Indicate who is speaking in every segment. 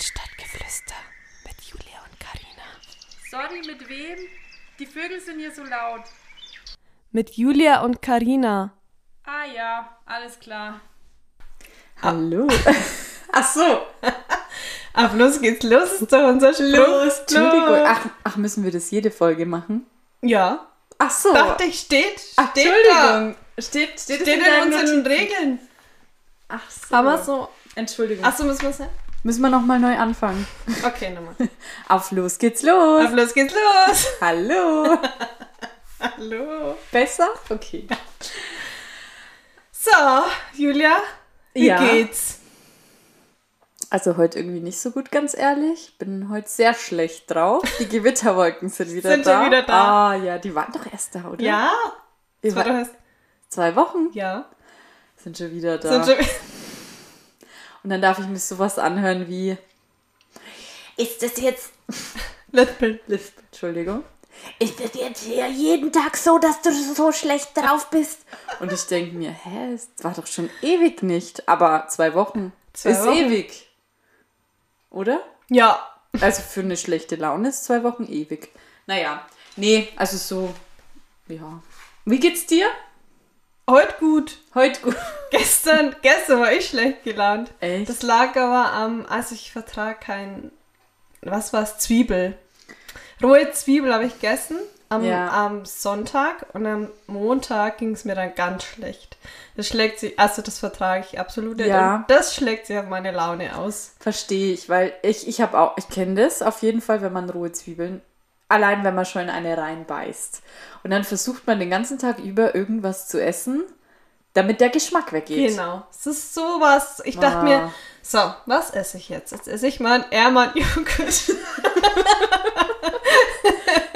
Speaker 1: Stadtgeflüster mit Julia und Karina.
Speaker 2: Sorry, mit wem? Die Vögel sind hier so laut.
Speaker 1: Mit Julia und Karina.
Speaker 2: Ah ja, alles klar.
Speaker 3: Hallo. Ach so. Ach, los geht's. Los ist doch unser Schluss.
Speaker 4: Entschuldigung. Ach, ach, müssen wir das jede Folge machen?
Speaker 3: Ja.
Speaker 4: Ach so.
Speaker 3: Dachte ich, steht.
Speaker 4: Ach,
Speaker 3: steht
Speaker 4: Entschuldigung. Steht,
Speaker 3: Da.
Speaker 4: steht,
Speaker 3: Steht in unseren Regeln.
Speaker 4: Ach so.
Speaker 1: Haben wir so.
Speaker 4: Entschuldigung.
Speaker 3: Ach so, müssen wir es
Speaker 4: müssen wir nochmal neu anfangen.
Speaker 3: Okay, nochmal.
Speaker 4: Auf los geht's los.
Speaker 3: Auf, los geht's los.
Speaker 4: Hallo.
Speaker 3: Hallo.
Speaker 4: Besser? Okay.
Speaker 3: So, Julia, wie
Speaker 4: Ja.
Speaker 3: geht's?
Speaker 4: Also heute irgendwie nicht so gut, ganz ehrlich. Bin heute sehr schlecht drauf. Die Gewitterwolken sind wieder
Speaker 3: Sind
Speaker 4: da.
Speaker 3: schon wieder da.
Speaker 4: Ah ja, die waren doch erst da, oder?
Speaker 3: Ja.
Speaker 4: Wir
Speaker 3: Das war
Speaker 4: waren-
Speaker 3: doch erst.
Speaker 4: Zwei Wochen
Speaker 3: Ja.
Speaker 4: sind schon wieder da.
Speaker 3: Sind schon-
Speaker 4: Und dann darf ich mir sowas anhören wie. Ist das jetzt.
Speaker 3: Lispeln.
Speaker 4: Lisp, Entschuldigung.
Speaker 5: Ist das jetzt hier jeden Tag so, dass du so schlecht drauf bist?
Speaker 4: Und ich denke mir, hä, es war doch schon ewig nicht. Aber zwei Wochen
Speaker 3: Zwei
Speaker 4: ist
Speaker 3: Wochen.
Speaker 4: ewig. Oder?
Speaker 3: Ja.
Speaker 4: Also für eine schlechte Laune ist zwei Wochen ewig. Naja, nee, also so, ja. Wie geht's dir?
Speaker 3: Heute gut.
Speaker 4: Heute gut.
Speaker 3: Gestern, gestern war ich schlecht gelaunt.
Speaker 4: Echt?
Speaker 3: Das lag aber am, also ich vertrage kein, was war's, Zwiebel. Rohe Zwiebel habe ich gegessen am,
Speaker 4: Ja.
Speaker 3: am Sonntag und am Montag ging es mir dann ganz schlecht. Das schlägt sich, also das vertrage ich absolut nicht.
Speaker 4: Ja.
Speaker 3: Und das schlägt sich auf meine Laune aus.
Speaker 4: Verstehe ich, weil ich, ich habe auch, ich kenne das auf jeden Fall, wenn man rohe Zwiebeln, allein wenn man schon in eine reinbeißt. Und dann versucht man den ganzen Tag über irgendwas zu essen, damit der Geschmack weggeht.
Speaker 3: Genau. Es ist sowas. Ich dachte
Speaker 4: Ah.
Speaker 3: mir, so, was esse ich jetzt? Jetzt esse ich mal einen Ermann-Joghurt.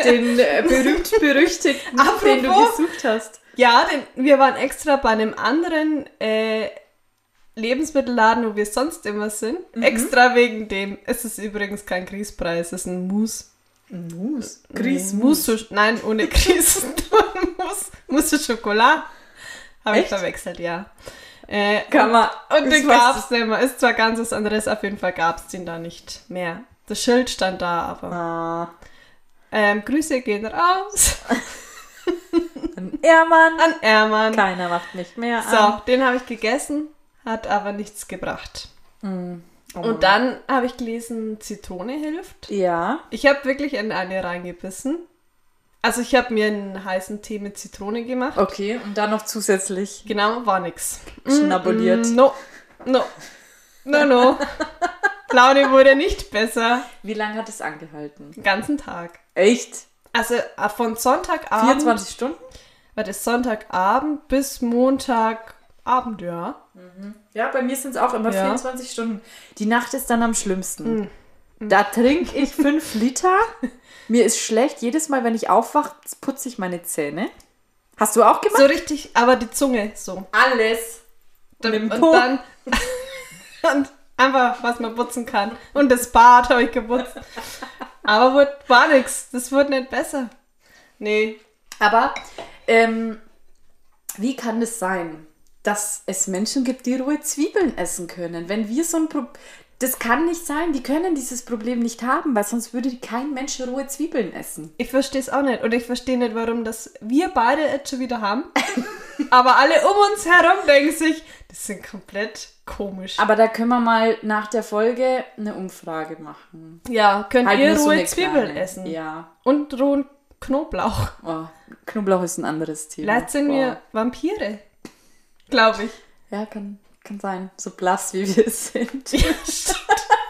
Speaker 4: Den äh, berühmt-berüchtigten, den du
Speaker 3: Apropos-
Speaker 4: gesucht hast.
Speaker 3: Ja, denn wir waren extra bei einem anderen äh, Lebensmittelladen, wo wir sonst immer sind.
Speaker 4: Mhm.
Speaker 3: Extra wegen dem. Es ist übrigens kein Grießpreis, es ist ein Mousse.
Speaker 4: Mousse.
Speaker 3: Nee, Mousse. Mousse. Nein, ohne Grieß. nur ein Mousse. Mousse Schokolade. Habe ich
Speaker 4: Echt?
Speaker 3: verwechselt, ja. Äh,
Speaker 4: Kann man.
Speaker 3: und
Speaker 4: ich
Speaker 3: den
Speaker 4: weiß
Speaker 3: gab es nicht mehr. Ist zwar ganz was anderes, auf jeden Fall gab es den da nicht mehr. Das Schild stand da,
Speaker 4: es.
Speaker 3: aber.
Speaker 4: Ah,
Speaker 3: Ähm, Grüße gehen raus
Speaker 4: ein Ehrmann.
Speaker 3: an Ermann.
Speaker 4: Keiner macht mich mehr
Speaker 3: So, Ah, den habe ich gegessen, hat aber nichts gebracht. Mm.
Speaker 4: an.
Speaker 3: Und dann habe ich gelesen, Zitrone hilft.
Speaker 4: Ja.
Speaker 3: Ich habe wirklich in eine reingebissen. Also ich habe mir einen heißen Tee mit Zitrone gemacht.
Speaker 4: Okay, und dann noch zusätzlich
Speaker 3: Genau, war nix.
Speaker 4: schnabuliert.
Speaker 3: Mm, No, no, no, no. Laune wurde nicht besser.
Speaker 4: Wie lange hat es angehalten?
Speaker 3: Den ganzen Tag.
Speaker 4: Echt?
Speaker 3: Also äh, von Sonntagabend,
Speaker 4: 24 Stunden?
Speaker 3: war das Sonntagabend bis Montagabend, ja.
Speaker 4: Ja, Hm. bei mir sind es auch immer
Speaker 3: Ja.
Speaker 4: 24 Stunden. Die Nacht ist dann am schlimmsten. Da trinke ich 5 Liter. Mir ist schlecht. Jedes Mal, wenn ich aufwache, putze ich meine Zähne. Hast du auch gemacht?
Speaker 3: So richtig, aber die Zunge so.
Speaker 4: alles.
Speaker 3: Dann,
Speaker 4: Mit dem
Speaker 3: und
Speaker 4: Po.
Speaker 3: dann und einfach, was man putzen kann. Und das Bad habe ich geputzt. Aber wurde, war nix. Das wurde nicht besser. Nee.
Speaker 4: Aber ähm, wie kann es sein, dass es Menschen gibt, die rohe Zwiebeln essen können? Wenn wir so ein Pro das kann nicht sein. Die können dieses Problem nicht haben, weil sonst würde kein Mensch rohe Zwiebeln essen.
Speaker 3: Ich verstehe es auch nicht. Und ich verstehe nicht, warum das wir beide jetzt schon wieder haben. Aber alle um uns herum denken sich, das sind komplett komisch.
Speaker 4: Aber da können wir mal nach der Folge eine Umfrage machen.
Speaker 3: ja, könnt
Speaker 4: Halt
Speaker 3: ihr
Speaker 4: nur so
Speaker 3: rohe
Speaker 4: eine
Speaker 3: Zwiebeln
Speaker 4: kleine.
Speaker 3: essen?
Speaker 4: Ja.
Speaker 3: Und rohen Knoblauch.
Speaker 4: Oh, Knoblauch ist ein anderes Thema.
Speaker 3: Vielleicht sind wir Vampire. Glaube ich.
Speaker 4: Boah. Oh. Ja, kann, kann sein. So blass wie wir sind.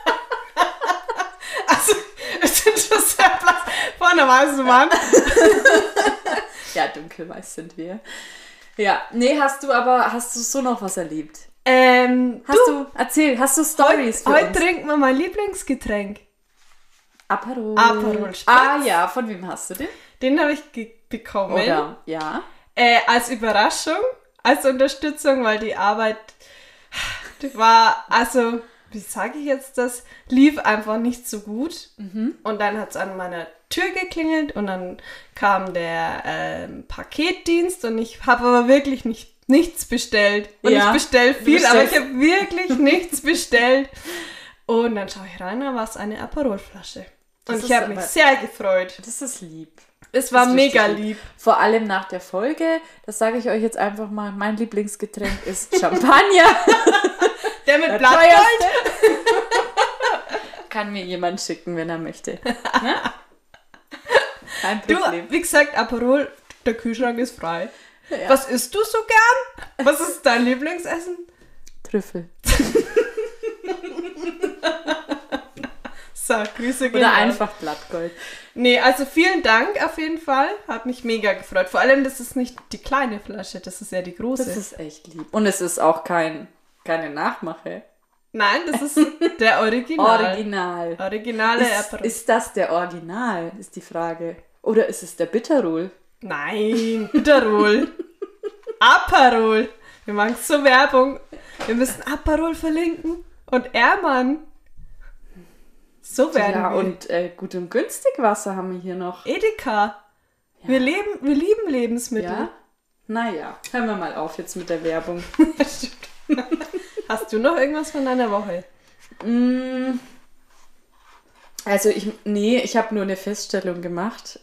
Speaker 3: Also, es sind schon sehr blass. Vorne weißen Mann.
Speaker 4: ja, dunkelweiß sind wir. Ja, nee, hast du aber, hast du so noch was erlebt?
Speaker 3: Ähm,
Speaker 4: Hast du, erzähl, hast du Stories für
Speaker 3: heute
Speaker 4: uns?
Speaker 3: trinken wir mein Lieblingsgetränk.
Speaker 4: Aperol.
Speaker 3: Aperol Spritz.
Speaker 4: Ah ja, von wem hast du den?
Speaker 3: Den habe ich ge- bekommen.
Speaker 4: Oder? Oh, Ja.
Speaker 3: Äh, als Überraschung, als Unterstützung, weil die Arbeit die war, also, wie sage ich jetzt das, lief einfach nicht so gut.
Speaker 4: Mhm.
Speaker 3: Und dann hat es an meiner Tür geklingelt und dann kam der ähm, Paketdienst und ich habe aber wirklich nicht, nichts bestellt. Und
Speaker 4: Ja,
Speaker 3: ich bestelle
Speaker 4: du
Speaker 3: viel, aber ich
Speaker 4: bestellst.
Speaker 3: habe wirklich nichts bestellt. Und dann schaue ich rein, da war es eine Aperolflasche.
Speaker 4: Das
Speaker 3: Und ich
Speaker 4: ist
Speaker 3: habe mich
Speaker 4: aber-
Speaker 3: sehr gefreut.
Speaker 4: Das ist lieb.
Speaker 3: Es war
Speaker 4: Das ist
Speaker 3: mega
Speaker 4: richtig
Speaker 3: lieb.
Speaker 4: Vor allem nach der Folge, das sage ich euch jetzt einfach mal, mein Lieblingsgetränk ist Champagner.
Speaker 3: Der mit
Speaker 4: Der
Speaker 3: Blattgold.
Speaker 4: teuerste. Kann mir jemand schicken, wenn er möchte. Ne? Kein
Speaker 3: Du,
Speaker 4: Problem.
Speaker 3: wie gesagt, Aperol, der Kühlschrank ist frei. Was isst du so gern? Was ist dein Lieblingsessen?
Speaker 4: Trüffel.
Speaker 3: So, Grüße gehen
Speaker 4: Oder
Speaker 3: raus.
Speaker 4: einfach Blattgold.
Speaker 3: Nee, also vielen Dank auf jeden Fall. Hat mich mega gefreut. Vor allem, das ist nicht die kleine Flasche, das ist ja die große.
Speaker 4: Das ist echt lieb. Und es ist auch kein, keine Nachmache.
Speaker 3: Nein, das ist der Original.
Speaker 4: Original.
Speaker 3: Originale
Speaker 4: Ist,
Speaker 3: Aperol.
Speaker 4: ist das der Original, ist die Frage. Oder ist es der Bitterroll?
Speaker 3: Nein, Bitterol. Aperol. Wir machen so Werbung. Wir müssen Aperol verlinken und Ermann. So werden
Speaker 4: Ja,
Speaker 3: wir.
Speaker 4: und äh, gut und günstig Wasser haben wir hier noch.
Speaker 3: Edeka. Wir, leben, wir lieben Lebensmittel.
Speaker 4: Ja? Naja, hören wir mal auf jetzt mit der Werbung.
Speaker 3: Hast du noch irgendwas von deiner Woche?
Speaker 4: Mm. Also ich, nee, ich habe nur eine Feststellung gemacht.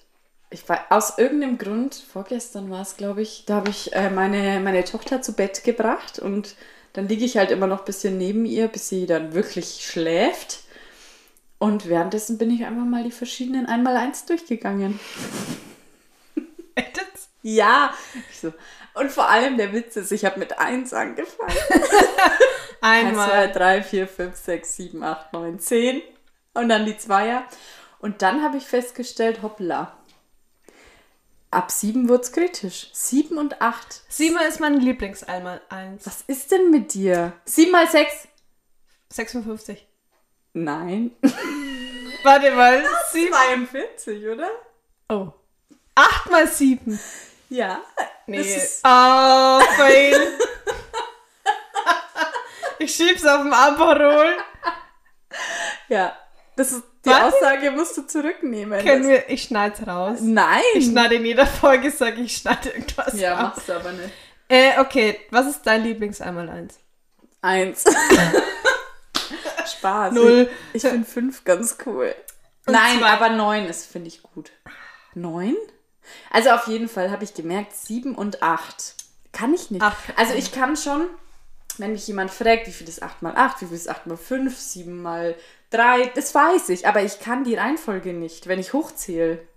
Speaker 4: Ich war aus irgendeinem Grund, vorgestern war es, glaube ich, da habe ich äh, meine, meine Tochter zu Bett gebracht und dann liege ich halt immer noch ein bisschen neben ihr, bis sie dann wirklich schläft. Und währenddessen bin ich einfach mal die verschiedenen Einmaleins durchgegangen. Ja, ich so. Und vor allem der Witz ist, ich habe mit 1 angefangen. 1,
Speaker 3: Einmal.
Speaker 4: 2, 3, 4, 5, 6, 7, 8, 9, 10. Und dann die Zweier. Und dann habe ich festgestellt, hoppla. Ab 7 wird's kritisch. 7 und 8.
Speaker 3: Siebenmal ist mein Lieblingseinmal. Eins.
Speaker 4: Was ist denn mit dir? 7 mal 6?
Speaker 3: 56.
Speaker 4: Nein.
Speaker 3: Warte mal.
Speaker 4: Ah,
Speaker 3: Sieben.
Speaker 4: 42, oder?
Speaker 3: Oh. Acht mal sieben.
Speaker 4: Ja.
Speaker 3: Nee.
Speaker 4: Das ist-
Speaker 3: Oh, fail. ich schieb's auf den Aperol.
Speaker 4: Ja. Das ist, die
Speaker 3: Was?
Speaker 4: Aussage musst du zurücknehmen.
Speaker 3: Können wir, ich schneid's raus.
Speaker 4: Nein.
Speaker 3: Ich schneide in jeder Folge, sag ich, ich schneide irgendwas
Speaker 4: ja,
Speaker 3: raus.
Speaker 4: machst du aber nicht.
Speaker 3: Äh, okay, was ist dein Lieblings-Einmal-Eins?
Speaker 4: Eins. Spaß.
Speaker 3: Null.
Speaker 4: Ich finde fünf ganz cool. Nein,
Speaker 3: zwei.
Speaker 4: aber neun ist, finde ich, gut. Neun? Also auf jeden Fall habe ich gemerkt, sieben und acht. Kann ich nicht.
Speaker 3: Ach.
Speaker 4: Also ich kann schon, wenn mich jemand fragt, wie viel ist acht mal acht, wie viel ist acht mal fünf, sieben mal drei, das weiß ich, aber ich kann die Reihenfolge nicht, wenn ich hochzähle.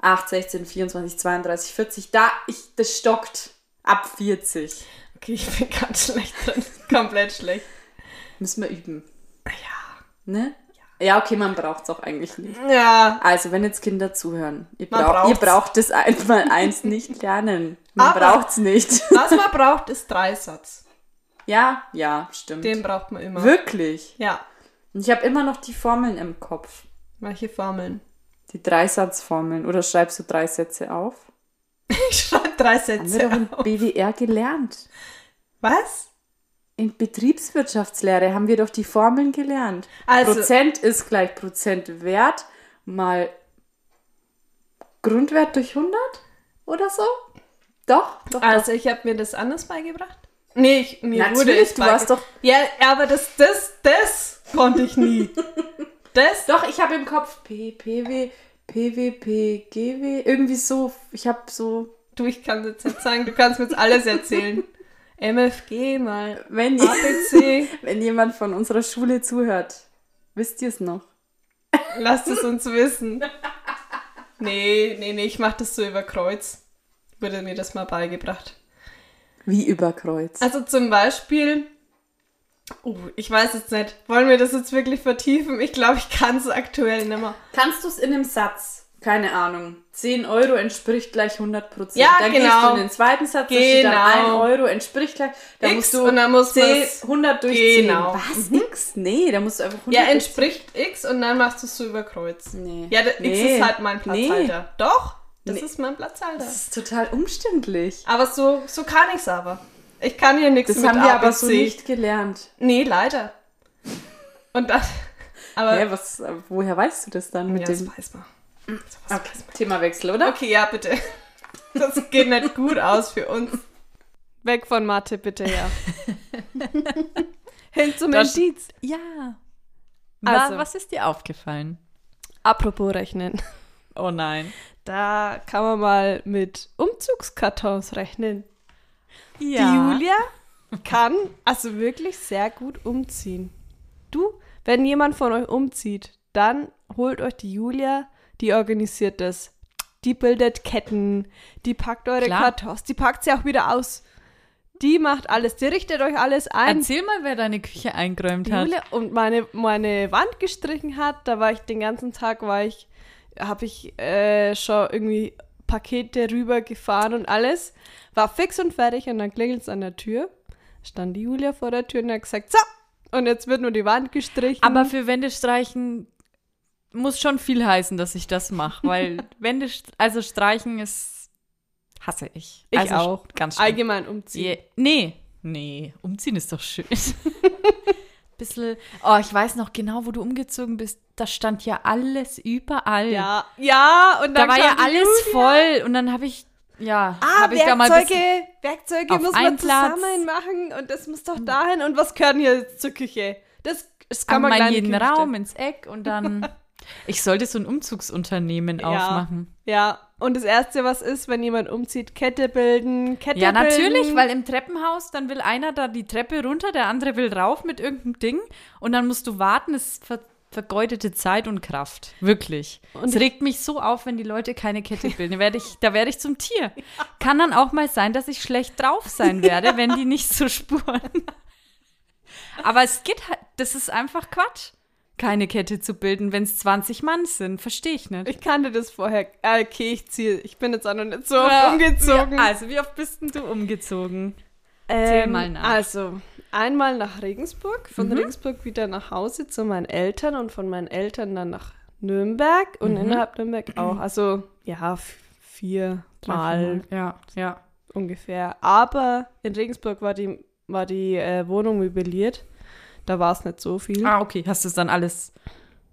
Speaker 4: 8, 16, 24, 32, 40, da, ich, das stockt ab 40.
Speaker 3: Okay, ich bin ganz schlecht drin. Komplett schlecht.
Speaker 4: Müssen wir üben.
Speaker 3: Ja.
Speaker 4: Ne? Ja, okay, man braucht es auch eigentlich nicht.
Speaker 3: Ja.
Speaker 4: Also, wenn jetzt Kinder zuhören, ihr,
Speaker 3: Man
Speaker 4: braucht, ihr
Speaker 3: braucht's.
Speaker 4: braucht das einmal eins nicht lernen. Man
Speaker 3: Aber-
Speaker 4: braucht es nicht.
Speaker 3: Was man braucht, ist Dreisatz.
Speaker 4: Ja, ja, stimmt.
Speaker 3: Den braucht man immer.
Speaker 4: Wirklich.
Speaker 3: Ja.
Speaker 4: Und ich habe immer noch die Formeln im Kopf.
Speaker 3: Welche Formeln?
Speaker 4: Die Dreisatzformeln. Oder schreibst du drei Sätze auf?
Speaker 3: Ich schreibe drei
Speaker 4: Haben wir
Speaker 3: Sätze.
Speaker 4: doch im BWR gelernt.
Speaker 3: Was?
Speaker 4: In Betriebswirtschaftslehre haben wir doch die Formeln gelernt.
Speaker 3: Also-
Speaker 4: Prozent ist gleich Prozentwert mal Grundwert durch 100 oder so? Doch, doch.
Speaker 3: Also, ich habe mir das anders beigebracht. Nee, ich, mir wurde
Speaker 4: Natürlich,
Speaker 3: es
Speaker 4: du warst
Speaker 3: beigebracht. Ja, aber das, das, das konnte ich nie. Das?
Speaker 4: Doch, ich habe im Kopf P, PW, PWP, GW, irgendwie so. Ich habe so,
Speaker 3: Du, ich kann jetzt nicht sagen, du kannst mir jetzt alles erzählen. MFG mal
Speaker 4: wenn,
Speaker 3: ABC.
Speaker 4: wenn jemand von unserer Schule zuhört, wisst ihr es noch?
Speaker 3: Lasst es uns wissen. Nee, nee, nee, ich mach das so über Kreuz. Wurde mir das mal beigebracht.
Speaker 4: Wie über Kreuz.
Speaker 3: Also zum Beispiel, oh, ich weiß jetzt nicht, wollen wir das jetzt wirklich vertiefen? Ich glaube, ich kann es aktuell nicht mehr.
Speaker 4: Kannst du es in einem Satz? Keine Ahnung. 10 Euro entspricht gleich 100 Prozent.
Speaker 3: Ja,
Speaker 4: dann gehst
Speaker 3: genau.
Speaker 4: du in den zweiten Satz, da steht dann
Speaker 3: Genau.
Speaker 4: 1 Euro entspricht gleich. Da
Speaker 3: X
Speaker 4: musst du
Speaker 3: und dann muss
Speaker 4: 10,
Speaker 3: man's-
Speaker 4: 100 durch
Speaker 3: Genau.
Speaker 4: 10. Was? X? Nee, da musst du einfach 100
Speaker 3: Ja,
Speaker 4: durch 10.
Speaker 3: entspricht X und dann machst du es so über Kreuz.
Speaker 4: Nee.
Speaker 3: Ja, der X
Speaker 4: Nee.
Speaker 3: ist halt mein Platzhalter. Doch, das
Speaker 4: Nee.
Speaker 3: ist mein Platzhalter.
Speaker 4: Das ist total umständlich.
Speaker 3: Aber so, so kann ich's aber. Ich kann hier nichts
Speaker 4: Das
Speaker 3: Ah, mit
Speaker 4: haben wir aber
Speaker 3: ABC.
Speaker 4: so nicht gelernt.
Speaker 3: Nee, leider. Und dann, aber
Speaker 4: Hä, was, woher weißt du das dann mit
Speaker 3: Äh. ja,
Speaker 4: dem
Speaker 3: das weiß man.
Speaker 4: okay. Themawechsel, oder?
Speaker 3: Okay, ja, bitte. Das geht nicht gut aus für uns. Weg von Mathe, bitte, ja. Hin zum
Speaker 4: Das-
Speaker 3: Indiz.
Speaker 6: Ja.
Speaker 3: Also.
Speaker 4: Wa- Was ist dir aufgefallen?
Speaker 3: Apropos Rechnen.
Speaker 4: Oh nein.
Speaker 3: Da kann man mal mit Umzugskartons rechnen. Die
Speaker 4: Ja.
Speaker 3: Julia kann also wirklich sehr gut umziehen. Du, wenn jemand von euch umzieht, dann holt euch die Julia, die organisiert das. Die bildet Ketten, die packt eure
Speaker 4: Klar.
Speaker 3: Kartons, die packt sie auch wieder aus. Die macht alles, die richtet euch alles ein.
Speaker 4: Erzähl mal, wer deine Küche eingeräumt hat.
Speaker 3: Jule und meine, meine Wand gestrichen hat. Da war ich den ganzen Tag, war ich, habe ich äh, schon irgendwie Pakete rübergefahren und alles. War fix und fertig und dann klingelt es an der Tür. Stand die Julia vor der Tür und hat gesagt, so, und jetzt wird nur die Wand gestrichen.
Speaker 4: Aber für Wände streichen muss schon viel heißen, dass ich das mache, weil Wände, st- also streichen ist, hasse ich.
Speaker 3: Ich
Speaker 4: also
Speaker 3: auch.
Speaker 4: Ganz schlimm.
Speaker 3: allgemein umziehen.
Speaker 4: Je- Nee, nee, umziehen ist doch schön. Bisschen, oh, ich weiß noch genau, wo du umgezogen bist. Da stand ja alles überall.
Speaker 3: Ja, ja, und
Speaker 4: da
Speaker 3: dann
Speaker 4: war ja
Speaker 3: kam die
Speaker 4: alles
Speaker 3: Julia.
Speaker 4: voll und dann habe ich, ja,
Speaker 3: Ah,
Speaker 4: habe ich da mal ein bisschen,
Speaker 3: Werkzeuge, Werkzeuge
Speaker 4: auf
Speaker 3: muss
Speaker 4: einen
Speaker 3: man
Speaker 4: Platz.
Speaker 3: zusammen machen und das muss doch dahin. Und was gehört hier jetzt zur Küche? Das, das kann
Speaker 4: kann
Speaker 3: man
Speaker 4: mal
Speaker 3: kleine
Speaker 4: jeden
Speaker 3: Küche stellen.
Speaker 4: Raum ins Eck und dann. Ich sollte so ein Umzugsunternehmen aufmachen.
Speaker 3: Ja, und das Erste, was ist, wenn jemand umzieht, Kette bilden, Kette
Speaker 4: Ja,
Speaker 3: bilden.
Speaker 4: natürlich, weil im Treppenhaus, dann will einer da die Treppe runter, der andere will rauf mit irgendeinem Ding und dann musst du warten. Es ist ver vergeudete Zeit und Kraft. Wirklich. es regt mich so auf, wenn die Leute keine Kette bilden. Da werde ich, da werde ich zum Tier. Kann dann auch mal sein, dass ich schlecht drauf sein werde, wenn die nicht so spuren. Aber es geht halt, das ist einfach Quatsch. Keine Kette zu bilden, wenn es 20 Mann sind, verstehe ich nicht.
Speaker 3: Ich kannte das vorher. Ah, okay, ich ziehe. Ich bin jetzt auch noch nicht so
Speaker 4: Ja,
Speaker 3: oft umgezogen.
Speaker 4: wie- also, wie oft bist denn du umgezogen?
Speaker 3: Ähm,
Speaker 4: mal nach. Mhm.
Speaker 3: Also, einmal nach Regensburg, von Regensburg wieder nach Hause zu meinen Eltern und von meinen Eltern dann nach Nürnberg und
Speaker 4: Mhm.
Speaker 3: innerhalb Nürnberg auch. Also, ja, f- viermal
Speaker 4: Ja, ja.
Speaker 3: ungefähr. Aber in Regensburg war die, war die äh, Wohnung möbliert. Da war es nicht so viel.
Speaker 4: Ah, okay. Hast du es dann alles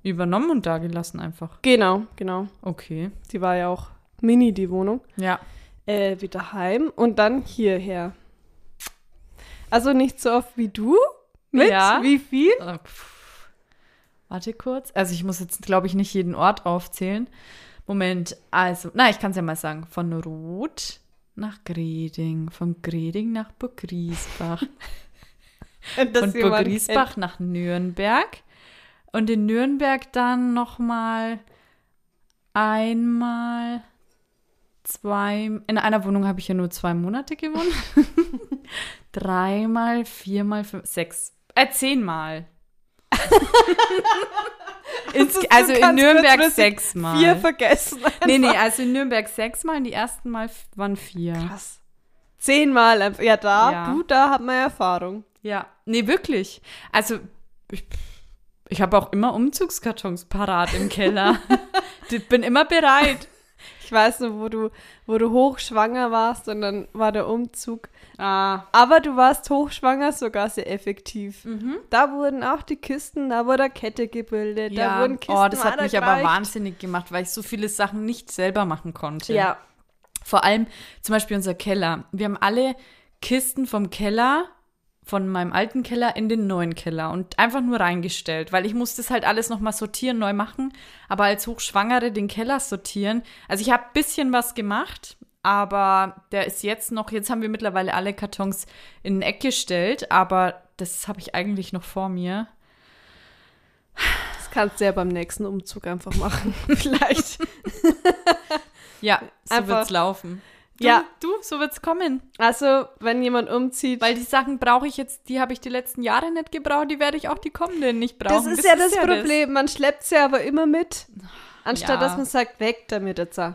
Speaker 4: übernommen und da gelassen einfach?
Speaker 3: Genau, genau.
Speaker 4: Okay.
Speaker 3: Die war ja auch mini, die Wohnung.
Speaker 4: Ja.
Speaker 3: Äh, wieder heim und dann hierher. Also nicht so oft wie du. Mit
Speaker 4: Ja.
Speaker 3: wie viel?
Speaker 4: Äh, pff. Warte kurz. Also ich muss jetzt, glaube ich, nicht jeden Ort aufzählen. Moment, also, na, ich kann es ja mal sagen. Von Roth nach Greding, von Greding nach Burgriesbach, von
Speaker 3: Dass jemand
Speaker 4: Burgriesbach nach Nürnberg und in Nürnberg dann nochmal einmal zwei, in einer Wohnung habe ich ja nur zwei Monate gewohnt. Dreimal, viermal, fünf, sechs, äh, zehnmal. Ins,
Speaker 3: ist so
Speaker 4: also in
Speaker 3: ganz
Speaker 4: Nürnberg
Speaker 3: kurzfristig
Speaker 4: sechsmal.
Speaker 3: Vier vergessen.
Speaker 4: nee, nee, also in Nürnberg sechsmal und die ersten Mal f- waren vier.
Speaker 3: Was? Zehnmal. einfach- Ja, da,
Speaker 4: Ja.
Speaker 3: du, da hat man Erfahrung.
Speaker 4: Ja, nee, wirklich. Also, ich, ich habe auch immer Umzugskartons parat im Keller. Die- bin immer bereit.
Speaker 3: Ich weiß nur, wo du, wo du hochschwanger warst und dann war der Umzug.
Speaker 4: Ah,
Speaker 3: Aber du warst hochschwanger sogar sehr effektiv.
Speaker 4: Mhm.
Speaker 3: Da wurden auch die Kisten, da wurde Kette gebildet, da
Speaker 4: ja.
Speaker 3: wurden Kisten.
Speaker 4: Oh, das hat mich aber
Speaker 3: angereicht.
Speaker 4: wahnsinnig gemacht, weil ich so viele Sachen nicht selber machen konnte.
Speaker 3: Ja,
Speaker 4: Vor allem zum Beispiel unser Keller. Wir haben alle Kisten vom Keller, von meinem alten Keller in den neuen Keller und einfach nur reingestellt, weil ich musste es halt alles nochmal sortieren, neu machen, aber als Hochschwangere den Keller sortieren. Also ich habe ein bisschen was gemacht, aber der ist jetzt noch, jetzt haben wir mittlerweile alle Kartons in den Eck gestellt, aber das habe ich eigentlich noch vor mir.
Speaker 3: das kannst du ja beim nächsten Umzug einfach machen. Vielleicht.
Speaker 4: Ja, so
Speaker 3: Einfach-
Speaker 4: wird's laufen. Du,
Speaker 3: Ja.
Speaker 4: du, so wird's kommen.
Speaker 3: Also, wenn jemand umzieht.
Speaker 4: Weil die Sachen brauche ich jetzt, die habe ich die letzten Jahre nicht gebraucht, die werde ich auch die kommenden nicht brauchen.
Speaker 3: das ist ja das Problem. Man schleppt sie aber immer mit. Anstatt
Speaker 4: Ja.
Speaker 3: dass man sagt, weg damit jetzt. auch.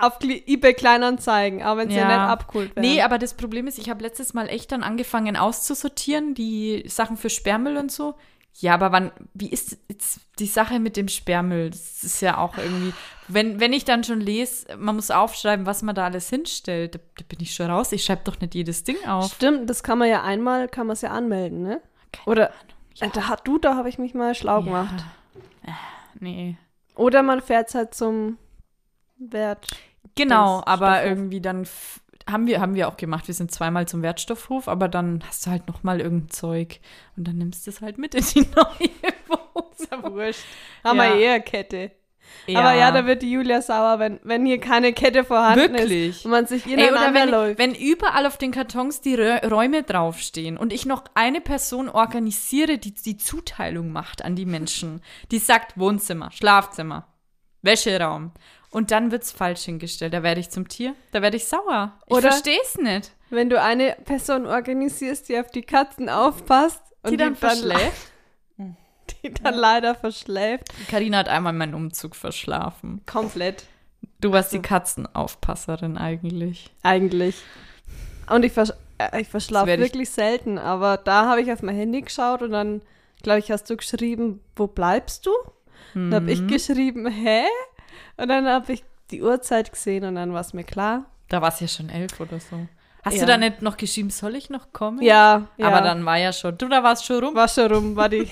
Speaker 3: Auf Gli- eBay Kleinanzeigen, auch wenn sie ja. nicht abgeholt werden.
Speaker 4: Nee, aber das Problem ist, ich habe letztes Mal echt dann angefangen auszusortieren, die Sachen für Sperrmüll und so. Ja, aber wann, wie ist jetzt die Sache mit dem Sperrmüll? Das ist ja auch irgendwie, wenn, wenn ich dann schon lese, man muss aufschreiben, was man da alles hinstellt, da, da bin ich schon raus. Ich schreibe doch nicht jedes Ding auf.
Speaker 3: Stimmt, das kann man ja einmal, kann man es ja anmelden, ne?
Speaker 4: Keine
Speaker 3: Oder äh, da hat du, da habe ich mich mal schlau gemacht.
Speaker 4: Nee.
Speaker 3: Oder man fährt es halt zum Wert.
Speaker 4: Genau,
Speaker 3: Dings,
Speaker 4: aber
Speaker 3: Stoffhof.
Speaker 4: irgendwie dann f- haben wir, haben wir auch gemacht. Wir sind zweimal zum Wertstoffhof, aber dann hast du halt nochmal irgendein Zeug und dann nimmst du es halt mit in die neue Wohnung.
Speaker 3: ist ja wurscht. Haben
Speaker 4: Ja.
Speaker 3: wir eher Kette. Aber ja, da wird die Julia sauer, wenn, wenn hier keine Kette vorhanden
Speaker 4: Wirklich?
Speaker 3: ist. Und man sich
Speaker 4: Ey, oder
Speaker 3: ineinander
Speaker 4: wenn,
Speaker 3: läuft.
Speaker 4: wenn überall auf den Kartons die Rö Räume draufstehen und ich noch eine Person organisiere, die die Zuteilung macht an die Menschen, die sagt Wohnzimmer, Schlafzimmer, Wäscheraum und dann wird's falsch hingestellt. Da werde ich zum Tier, da werde ich sauer. Ich
Speaker 3: Oder-
Speaker 4: versteh's nicht.
Speaker 3: Wenn, du eine Person organisierst, die auf die Katzen aufpasst und
Speaker 4: Die dann verschläft.
Speaker 3: die dann leider verschläft.
Speaker 4: Karina hat einmal meinen Umzug verschlafen.
Speaker 3: Komplett.
Speaker 4: Du warst die Katzenaufpasserin eigentlich.
Speaker 3: Eigentlich. Und ich, versch äh, ich
Speaker 4: Das
Speaker 3: verschlafe
Speaker 4: werd ich-
Speaker 3: wirklich selten, aber da habe ich auf mein Handy geschaut und dann, glaube ich, hast du geschrieben, wo bleibst du? Dann habe
Speaker 4: Mhm.
Speaker 3: ich geschrieben, hä? Und dann habe ich die Uhrzeit gesehen und dann war es mir klar.
Speaker 4: Da war's ja schon elf oder so. Hast
Speaker 3: Ja.
Speaker 4: du da nicht noch geschrieben, soll ich noch kommen?
Speaker 3: Ja, ja.
Speaker 4: Aber dann war ja schon, du, da warst schon rum.
Speaker 3: war schon rum, war, die,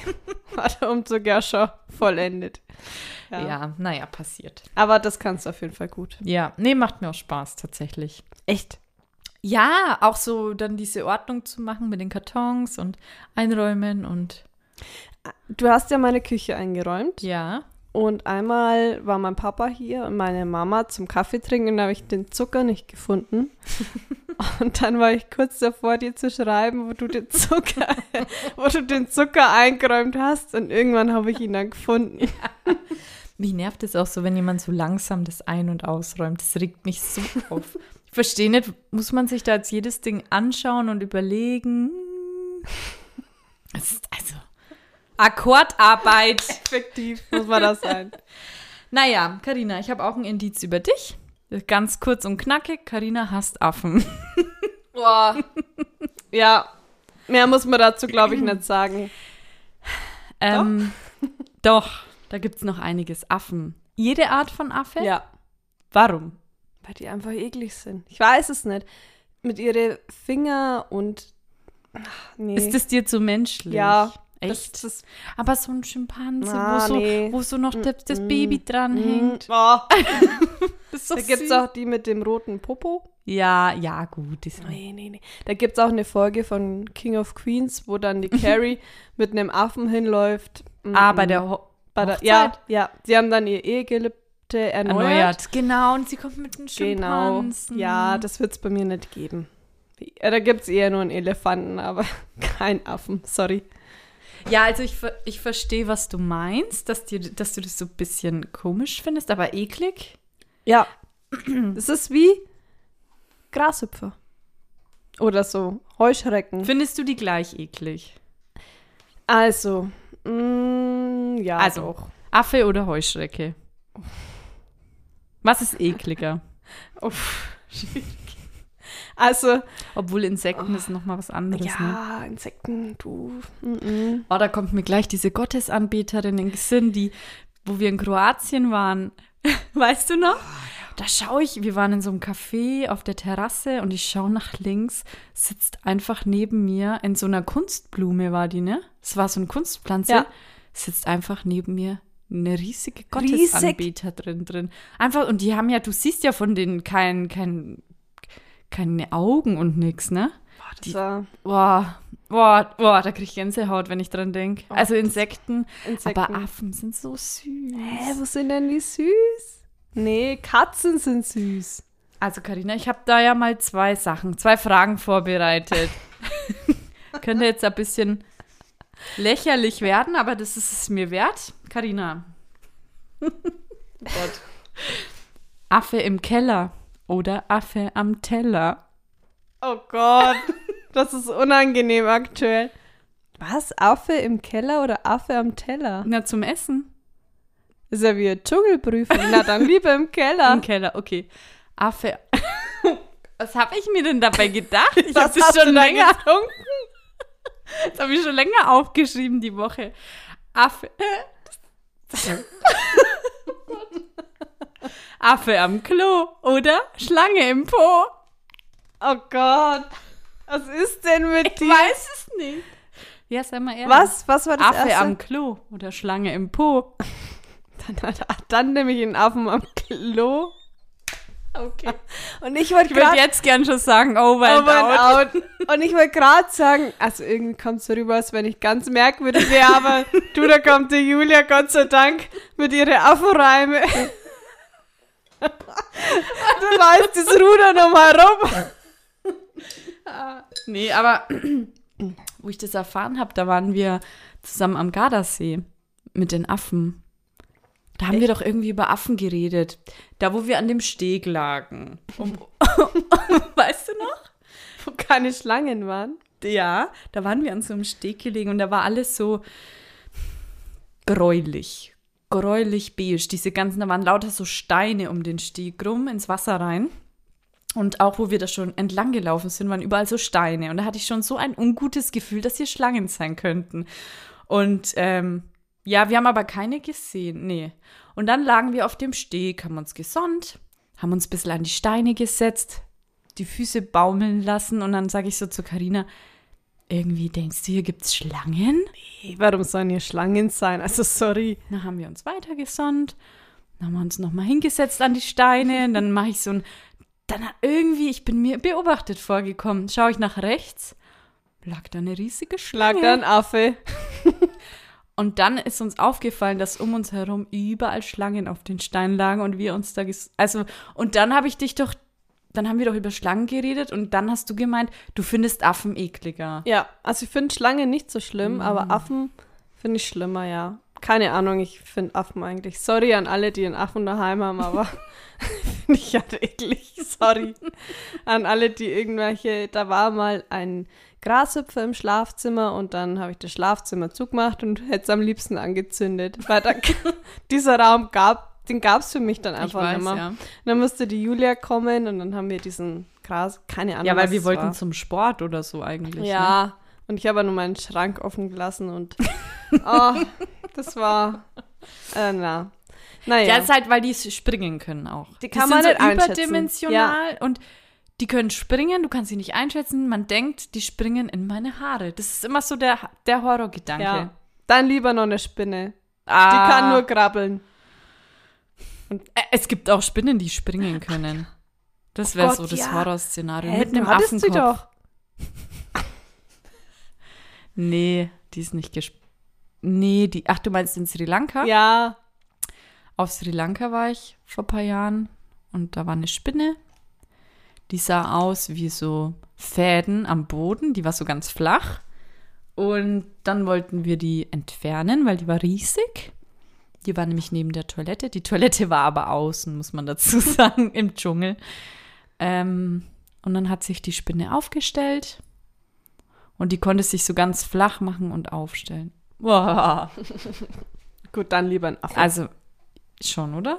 Speaker 3: war der Umzug ja schon vollendet.
Speaker 4: Ja, naja, passiert.
Speaker 3: Aber das kannst du auf jeden Fall gut.
Speaker 4: Ja, nee, macht mir auch Spaß tatsächlich.
Speaker 3: Echt?
Speaker 4: Ja, auch so dann diese Ordnung zu machen mit den Kartons und einräumen und
Speaker 3: Du hast ja meine Küche eingeräumt.
Speaker 4: ja.
Speaker 3: Und einmal war mein Papa hier und meine Mama zum Kaffee trinken und da habe ich den Zucker nicht gefunden. und dann war ich kurz davor, dir zu schreiben, wo du den Zucker, wo du den Zucker eingeräumt hast. Und irgendwann habe ich ihn dann gefunden.
Speaker 4: Mich nervt es auch so, wenn jemand so langsam das ein- und ausräumt. Das regt mich so auf. Ich verstehe nicht, muss man sich da jetzt jedes Ding anschauen und überlegen? Es ist also Akkordarbeit.
Speaker 3: Effektiv muss man das sein.
Speaker 4: Naja, Karina, ich habe auch ein Indiz über dich. Ganz kurz und knackig, Karina hasst Affen.
Speaker 3: Boah. Ja, mehr muss man dazu, glaube ich, nicht sagen.
Speaker 4: Ähm, doch, da gibt es noch einiges. Affen. Jede Art von Affe?
Speaker 3: Ja,
Speaker 4: Warum?
Speaker 3: weil die einfach eklig sind. Ich weiß es nicht. Mit ihren Finger und... Ach, nee.
Speaker 4: Ist es dir zu menschlich?
Speaker 3: Ja,
Speaker 4: Echt?
Speaker 3: Das, das,
Speaker 4: Aber so ein Schimpanse,
Speaker 3: Ah,
Speaker 4: wo, so,
Speaker 3: nee.
Speaker 4: wo so noch das, das Baby dranhängt.
Speaker 3: oh.
Speaker 4: Das ist so
Speaker 3: Da gibt es
Speaker 4: süß.
Speaker 3: auch die mit dem roten Popo.
Speaker 4: Ja, ja, gut. Das
Speaker 3: Nee, nee, nee. Da gibt es auch eine Folge von King of Queens, wo dann die Carrie mit einem Affen hinläuft. Mhm.
Speaker 4: ah, bei der, Ho
Speaker 3: Bei der-
Speaker 4: Hochzeit?
Speaker 3: Ja, ja. Sie haben dann ihr Ehegelübde erneuert.
Speaker 4: Erneuert. Genau, und sie kommt mit einem
Speaker 3: Genau.
Speaker 4: Schimpansen.
Speaker 3: Ja, das wird es bei mir nicht geben. Ja, Da gibt es eher nur einen Elefanten, aber kein Affen. Sorry.
Speaker 4: Ja, also ich, ver- ich verstehe, was du meinst, dass, dir, dass du das so ein bisschen komisch findest, aber eklig.
Speaker 3: Ja. Es ist wie Grashüpfer. Oder so. Heuschrecken.
Speaker 4: Findest du die gleich eklig?
Speaker 3: also. mm, ja.
Speaker 4: Also,
Speaker 3: doch.
Speaker 4: Affe oder Heuschrecke? Was ist ekliger?
Speaker 3: Uff, schwierig. Also,
Speaker 4: Obwohl Insekten ist nochmal was anderes, ne?
Speaker 3: ja, Insekten, du. Mm -mm.
Speaker 4: Oh, da kommt mir gleich diese Gottesanbeterin in den Sinn, die, wo wir in Kroatien waren. Weißt du noch? Da schaue ich, wir waren in so einem Café auf der Terrasse und ich schaue nach links, sitzt einfach neben mir in so einer Kunstblume war die, ne? Es war so eine Kunstpflanze.
Speaker 3: Ja.
Speaker 4: Sitzt einfach neben mir eine riesige
Speaker 3: Riesig.
Speaker 4: Gottesanbeterin drin. Einfach, und die haben ja, du siehst ja von denen kein, kein, keine Augen und nix, ne?
Speaker 3: Das
Speaker 4: Die-
Speaker 3: war
Speaker 4: Boah, boah, boah, da kriege ich Gänsehaut, wenn ich dran denke. also Insekten,
Speaker 3: Oh Insekten.
Speaker 4: aber Affen sind so süß.
Speaker 3: Hä, wo sind denn die süß? Nee, Katzen sind süß.
Speaker 4: Also Karina, ich habe da ja mal zwei Sachen, zwei Fragen vorbereitet. Könnte jetzt ein bisschen lächerlich werden, aber das ist es mir wert. Karina. Affe im Keller oder Affe am Teller.
Speaker 3: Oh Gott, das ist unangenehm aktuell. Was? Affe im Keller oder Affe am Teller?
Speaker 4: Na, zum Essen.
Speaker 3: Ist ja wie eine Dschungelprüfung. Na dann lieber im Keller.
Speaker 4: Im Keller, okay.
Speaker 2: Ah,
Speaker 4: Affe. Was habe ich mir denn dabei gedacht? Ich habe
Speaker 3: Was
Speaker 4: das
Speaker 3: hast
Speaker 4: schon
Speaker 3: du da
Speaker 4: länger. Das habe ich schon länger aufgeschrieben die Woche. Affe. Affe am Klo oder Schlange im Po.
Speaker 3: Oh Gott, was ist denn mit dir?
Speaker 4: Weiß es nicht. Ja, sei mal ehrlich.
Speaker 3: Was? Was war das
Speaker 4: Affe
Speaker 3: erste?
Speaker 4: am Klo oder Schlange im Po.
Speaker 3: Dann, dann nehme ich einen Affen am Klo. Okay. Und ich wollte
Speaker 2: Ich würde
Speaker 3: gerade
Speaker 2: jetzt gern schon sagen, oh, over and
Speaker 3: Over and
Speaker 2: out.
Speaker 3: out. Und ich wollte gerade sagen, also irgendwie kommt es so rüber, als wenn ich ganz merkwürdig wäre, aber du, da kommt die Julia, Gott sei Dank, mit ihren Afforeime. du weißt das Ruder nochmal rum.
Speaker 2: Ah, Nee, aber wo ich das erfahren habe, da waren wir zusammen am Gardasee mit den Affen. Da haben wir doch irgendwie über Affen geredet. Da, wo wir an dem Steg lagen. Und- weißt du noch?
Speaker 3: Wo keine Schlangen waren.
Speaker 2: Ja, da waren wir an so einem Steg gelegen und da war alles so gräulich. Gräulich beige. Diese ganzen, da waren lauter so Steine um den Steg rum ins Wasser rein. Und auch wo wir da schon entlang gelaufen sind, waren überall so Steine. Und da hatte ich schon so ein ungutes Gefühl, dass hier Schlangen sein könnten. Und ähm, ja, wir haben aber keine gesehen. Nee. Und dann lagen wir auf dem Steg, haben uns gesonnt, haben uns ein bisschen an die Steine gesetzt, die Füße baumeln lassen. Und dann sage ich so zu Karina: Irgendwie denkst du, hier gibt's Schlangen?
Speaker 3: Hey, warum sollen hier Schlangen sein? Also sorry.
Speaker 2: Dann haben wir uns weiter gesonnt. Dann haben wir uns nochmal hingesetzt an die Steine. Und dann mache ich so ein. Dann hat irgendwie, ich bin mir beobachtet vorgekommen. Schaue ich nach rechts, lag da eine riesige Schlange.
Speaker 3: Lag da ein Affe.
Speaker 2: Und dann ist uns aufgefallen, dass um uns herum überall Schlangen auf den Steinen lagen und wir uns da ges also und dann habe ich dich doch dann haben wir doch über Schlangen geredet und dann hast du gemeint, du findest Affen ekliger.
Speaker 3: Ja, also ich finde Schlangen nicht so schlimm,
Speaker 2: Mm.
Speaker 3: aber Affen finde ich schlimmer, ja. Keine Ahnung, ich finde Affen eigentlich. Sorry an alle, die einen Affen daheim haben, aber finde ich halt eklig. Sorry. An alle, die irgendwelche. Da war mal ein Grashüpfer im Schlafzimmer und dann habe ich das Schlafzimmer zugemacht und hätte es am liebsten angezündet. Weil da, dieser Raum gab, den gab es für mich dann einfach nicht mehr.
Speaker 2: ja.
Speaker 3: Dann musste die Julia kommen und dann haben wir diesen Gras, keine Ahnung.
Speaker 2: Ja, weil
Speaker 3: was
Speaker 2: wir
Speaker 3: es
Speaker 2: wollten
Speaker 3: war.
Speaker 2: zum Sport oder so eigentlich. Ne?
Speaker 3: Ja, und ich habe nur meinen Schrank offen gelassen und oh, das war äh, na.
Speaker 2: Ja,
Speaker 3: Naja.
Speaker 2: ist halt, weil die springen können auch.
Speaker 3: Die kann man nicht einschätzen.
Speaker 2: überdimensional und die können springen, du kannst sie nicht einschätzen. Man denkt, die springen in meine Haare. Das ist immer so der, der Horrorgedanke.
Speaker 3: ja. Dann lieber noch eine Spinne. Die
Speaker 2: Ah.
Speaker 3: kann nur krabbeln.
Speaker 2: Äh, Es gibt auch Spinnen, die springen können. Das
Speaker 3: Oh
Speaker 2: wäre so das Horrorszenario. Mit einem
Speaker 3: du hattest sie
Speaker 2: Affenkopf.
Speaker 3: doch.
Speaker 2: Nee, die ist nicht gesp. Nee, die. Ach, du meinst in Sri Lanka?
Speaker 3: Ja.
Speaker 2: Auf Sri Lanka war ich vor ein paar Jahren und da war eine Spinne. Die sah aus wie so Fäden am Boden. Die war so ganz flach. Und dann wollten wir die entfernen, weil die war riesig. Die war nämlich neben der Toilette. Die Toilette war aber außen, muss man dazu sagen, im Dschungel. Ähm, und dann hat sich die Spinne aufgestellt und die konnte sich so ganz flach machen und aufstellen. Wow.
Speaker 3: Gut, dann lieber ein Affen.
Speaker 2: Also, schon, oder?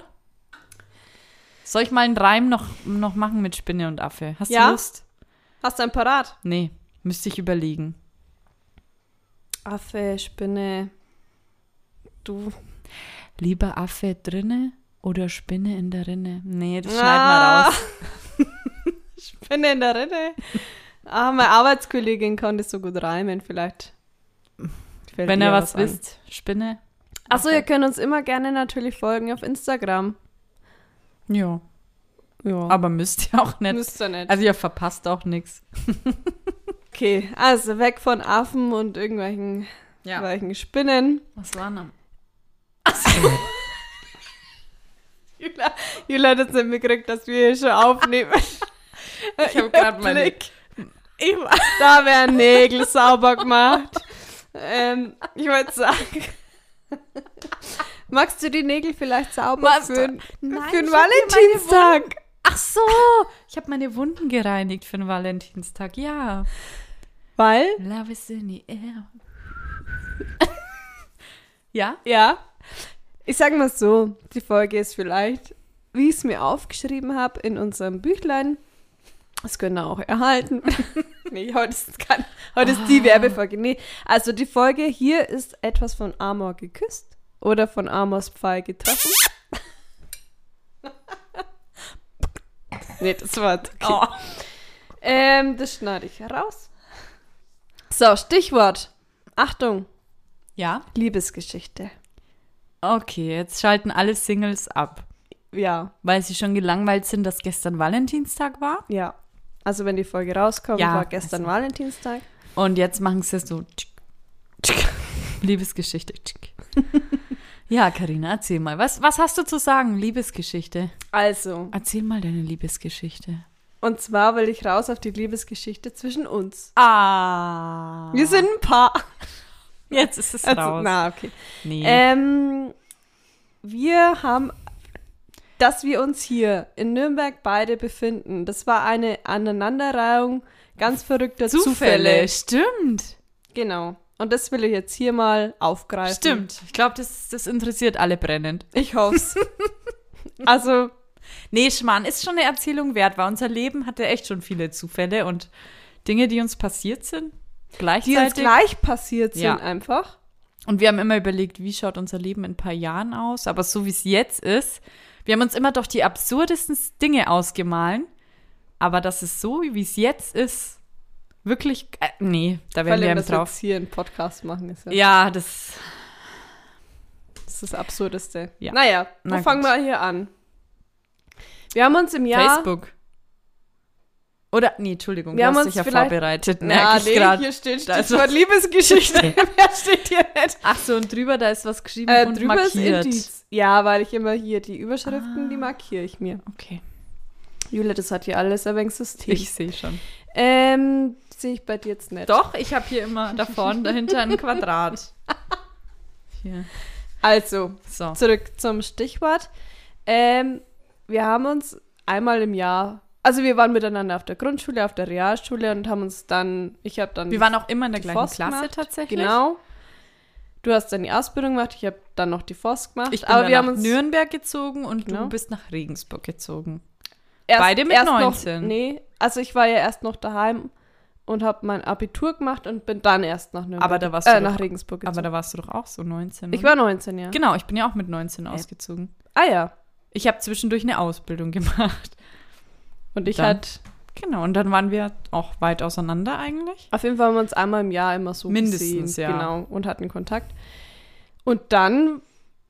Speaker 2: Soll ich mal einen Reim noch, noch machen mit Spinne und Affe? Hast
Speaker 3: Ja.
Speaker 2: du Lust?
Speaker 3: Hast du ein Parat?
Speaker 2: Nee, müsste ich überlegen.
Speaker 3: Affe, Spinne. Du.
Speaker 2: Lieber Affe drinne oder Spinne in der Rinne? Nee, das schneiden
Speaker 3: Ah.
Speaker 2: wir raus.
Speaker 3: Spinne in der Rinne. Ah, meine Arbeitskollegin konnte so gut reimen, vielleicht. fällt
Speaker 2: Wenn ihr
Speaker 3: ihr
Speaker 2: was
Speaker 3: an.
Speaker 2: wisst, Spinne.
Speaker 3: Achso, ihr könnt uns immer gerne natürlich folgen auf Instagram.
Speaker 2: Ja.
Speaker 3: Ja.
Speaker 2: Aber müsst ihr auch nicht.
Speaker 3: Müsst ihr nicht.
Speaker 2: also ihr verpasst auch nichts.
Speaker 3: Okay, also weg von Affen und irgendwelchen, irgendwelchen Spinnen.
Speaker 2: Was war denn?
Speaker 3: Jula, Jula hat jetzt nicht mitgekriegt, dass wir hier schon aufnehmen.
Speaker 2: Ich habe gerade meine.
Speaker 3: Blick. Da werden Nägel sauber gemacht. Ähm, ich wollte sagen. Magst du die Nägel vielleicht sauber für,
Speaker 2: Nein,
Speaker 3: für den
Speaker 2: ich hab
Speaker 3: Valentinstag?
Speaker 2: Ach so, ich habe meine Wunden gereinigt für den Valentinstag. Ja.
Speaker 3: Weil?
Speaker 2: Love is in the air. ja?
Speaker 3: Ja. Ich sag mal so, die Folge ist vielleicht, wie ich es mir aufgeschrieben habe, in unserem Büchlein. Das könnt ihr auch erhalten. nee, heute ist, kein, heute ist die Werbefolge. Nee, also die Folge hier ist etwas von Amor geküsst oder von Amors Pfeil getroffen. nee, das war okay. ähm, Das schneide ich raus. So, Stichwort. Achtung,
Speaker 2: Ja?
Speaker 3: Liebesgeschichte.
Speaker 2: Okay, jetzt schalten alle Singles ab.
Speaker 3: ja,
Speaker 2: Weil sie schon gelangweilt sind, dass gestern Valentinstag war.
Speaker 3: ja. Also wenn die Folge rauskommt,
Speaker 2: Ja,
Speaker 3: war gestern
Speaker 2: also-
Speaker 3: Valentinstag.
Speaker 2: Und jetzt machen sie so. Tschk, tschk, Liebesgeschichte. Tschk. ja, Karina, erzähl mal. Was, was hast du zu sagen? Liebesgeschichte.
Speaker 3: Also,
Speaker 2: Erzähl mal deine Liebesgeschichte.
Speaker 3: und zwar will ich raus auf die Liebesgeschichte zwischen uns.
Speaker 2: Ah.
Speaker 3: Wir sind ein Paar.
Speaker 2: Jetzt ist es
Speaker 3: Also,
Speaker 2: raus.
Speaker 3: na, okay.
Speaker 2: nee.
Speaker 3: Ähm, wir haben, dass wir uns hier in Nürnberg beide befinden, das war eine Aneinanderreihung ganz verrückter Zufälle.
Speaker 2: Zufälle. Stimmt.
Speaker 3: Genau. Und das will ich jetzt hier mal aufgreifen.
Speaker 2: Stimmt. Ich glaube, das, das interessiert alle brennend.
Speaker 3: Ich hoffe's. also,
Speaker 2: Nee, Schmarrn, ist schon eine Erzählung wert, weil unser Leben hatte echt schon viele Zufälle und Dinge, die uns passiert sind.
Speaker 3: die
Speaker 2: Gleichzeitig.
Speaker 3: uns gleich passiert sind
Speaker 2: Ja.
Speaker 3: einfach.
Speaker 2: Und wir haben immer überlegt, wie schaut unser Leben in ein paar Jahren aus? Aber so wie es jetzt ist, wir haben uns immer doch die absurdesten Dinge ausgemahlen. Aber das ist so, wie es jetzt ist, wirklich. Äh, nee, da
Speaker 3: Vor
Speaker 2: werden wir eben
Speaker 3: allem, dass wir jetzt
Speaker 2: drauf.
Speaker 3: hier einen Podcast machen, ist ja,
Speaker 2: Ja, das.
Speaker 3: Das, ist das Absurdeste.
Speaker 2: Ja.
Speaker 3: Naja, wo
Speaker 2: Na
Speaker 3: fangen
Speaker 2: gut.
Speaker 3: wir hier an? Wir haben uns im Jahr...
Speaker 2: Facebook. Oder, nee, Entschuldigung,
Speaker 3: Wir
Speaker 2: du
Speaker 3: haben
Speaker 2: hast
Speaker 3: uns
Speaker 2: dich ja
Speaker 3: vielleicht-
Speaker 2: vorbereitet.
Speaker 3: Na,
Speaker 2: Merke ich
Speaker 3: nee,
Speaker 2: gerade.
Speaker 3: hier steht
Speaker 2: Da ist
Speaker 3: Stichwort Liebesgeschichte. Mehr steht hier nicht.
Speaker 2: Ach so, und drüber, da ist was geschrieben
Speaker 3: Äh,
Speaker 2: und
Speaker 3: drüber
Speaker 2: markiert. Ah.
Speaker 3: ist Indiz. Ja, weil ich immer hier die Überschriften, die markiere ich mir.
Speaker 2: Okay,
Speaker 3: Jule, das hat hier alles ein wenig System.
Speaker 2: ich sehe schon.
Speaker 3: Ähm, sehe ich bei dir jetzt nicht.
Speaker 2: Doch, ich habe hier immer da vorne dahinter ein Quadrat. Hier.
Speaker 3: Also,
Speaker 2: So.
Speaker 3: zurück zum Stichwort. Ähm, wir haben uns einmal im Jahr, also wir waren miteinander auf der Grundschule, auf der Realschule und haben uns dann, ich habe dann
Speaker 2: Wir waren auch immer in der
Speaker 3: die
Speaker 2: gleichen
Speaker 3: Forst
Speaker 2: Klasse
Speaker 3: gemacht.
Speaker 2: tatsächlich.
Speaker 3: Genau. Du hast dann die Ausbildung gemacht, ich habe dann noch die Forst gemacht.
Speaker 2: Ich bin
Speaker 3: aber
Speaker 2: dann
Speaker 3: wir
Speaker 2: nach
Speaker 3: haben uns
Speaker 2: Nürnberg gezogen und
Speaker 3: Genau.
Speaker 2: du bist nach Regensburg gezogen.
Speaker 3: erst,
Speaker 2: Beide mit
Speaker 3: erst
Speaker 2: 19.
Speaker 3: Noch, nee, also ich war ja erst noch daheim und habe mein Abitur gemacht und bin dann erst nach Nürnberg,
Speaker 2: Aber da warst
Speaker 3: äh,
Speaker 2: du
Speaker 3: nach
Speaker 2: doch-
Speaker 3: Regensburg
Speaker 2: Aber
Speaker 3: gezogen.
Speaker 2: da warst du doch auch so 19.
Speaker 3: ich
Speaker 2: oder?
Speaker 3: war 19, ja.
Speaker 2: genau, ich bin ja auch mit 19 ausgezogen.
Speaker 3: Ah ja.
Speaker 2: Ich habe zwischendurch eine Ausbildung gemacht.
Speaker 3: Und ich
Speaker 2: Dann.
Speaker 3: halt,
Speaker 2: Genau, und dann waren wir auch weit auseinander eigentlich.
Speaker 3: auf jeden Fall haben wir uns einmal im Jahr immer so
Speaker 2: Mindestens,
Speaker 3: gesehen,
Speaker 2: ja.
Speaker 3: Genau, und hatten Kontakt. Und dann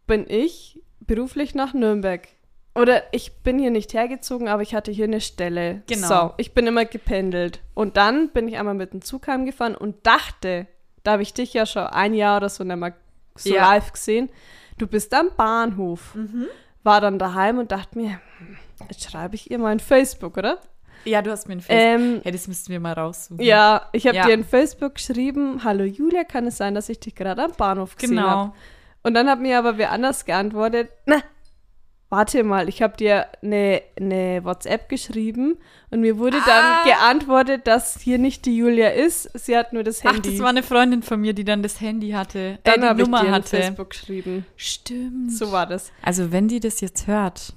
Speaker 3: bin ich beruflich nach Nürnberg. Oder ich bin hier nicht hergezogen, aber ich hatte hier eine Stelle.
Speaker 2: Genau.
Speaker 3: So, ich bin immer gependelt. Und dann bin ich einmal mit dem Zug heimgefahren und dachte, da habe ich dich ja schon ein Jahr oder so nicht mehr so
Speaker 2: Ja. Mhm.
Speaker 3: live gesehen, du bist am Bahnhof. War dann daheim und dachte mir, hm, jetzt schreibe ich ihr mal in Facebook, oder?
Speaker 2: Ja, du hast mir ein Facebook.
Speaker 3: Ähm,
Speaker 2: hey, das müssten wir mal raussuchen.
Speaker 3: ja, ich habe
Speaker 2: Ja.
Speaker 3: dir in Facebook geschrieben, hallo Julia, kann es sein, dass ich dich gerade am Bahnhof gesehen genau. habe?
Speaker 2: genau.
Speaker 3: Und dann hat mir aber wer anders geantwortet, na, warte mal, ich habe dir eine ne WhatsApp geschrieben und mir wurde
Speaker 2: Ah.
Speaker 3: dann geantwortet, dass hier nicht die Julia ist, sie hat nur das
Speaker 2: Ach,
Speaker 3: Handy.
Speaker 2: das war eine Freundin von mir, die dann das Handy hatte.
Speaker 3: dann
Speaker 2: äh, die
Speaker 3: habe ich
Speaker 2: Nummer
Speaker 3: dir in
Speaker 2: hatte.
Speaker 3: Facebook geschrieben.
Speaker 2: Stimmt.
Speaker 3: So war das.
Speaker 2: Also, wenn die das jetzt hört,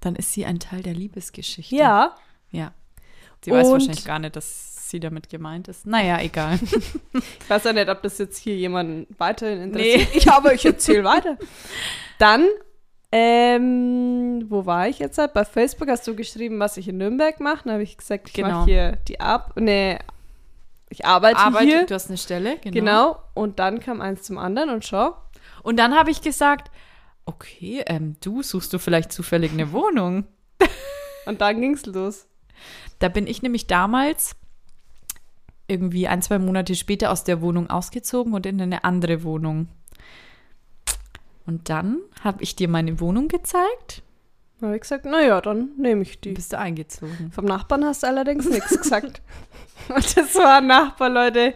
Speaker 2: dann ist sie ein Teil der Liebesgeschichte.
Speaker 3: Ja,
Speaker 2: Ja. Sie weiß
Speaker 3: Und-
Speaker 2: wahrscheinlich gar nicht, dass sie damit gemeint ist. Naja, egal.
Speaker 3: ich weiß ja nicht, ob das jetzt hier jemanden weiterhin interessiert. Ich aber ich erzähle weiter. Dann, ähm, wo war ich jetzt halt? Bei Facebook hast du geschrieben, was ich in Nürnberg mache. Dann habe ich gesagt, ich
Speaker 2: Genau.
Speaker 3: mache hier die Ab, nee, ich arbeite, hier.
Speaker 2: Arbeit, du hast eine Stelle, genau.
Speaker 3: Genau. Und dann kam eins zum anderen und schau.
Speaker 2: Und dann habe ich gesagt, okay, ähm, du suchst du vielleicht zufällig eine Wohnung.
Speaker 3: Und dann ging's los.
Speaker 2: Da bin ich nämlich damals irgendwie ein, zwei Monate später aus der Wohnung ausgezogen und in eine andere Wohnung. Und dann habe ich dir meine Wohnung gezeigt.
Speaker 3: Dann habe ich gesagt, naja, dann nehme ich die.
Speaker 2: Bist du eingezogen?
Speaker 3: Vom Nachbarn hast du allerdings nichts gesagt. Und das war ein Nachbar, Leute.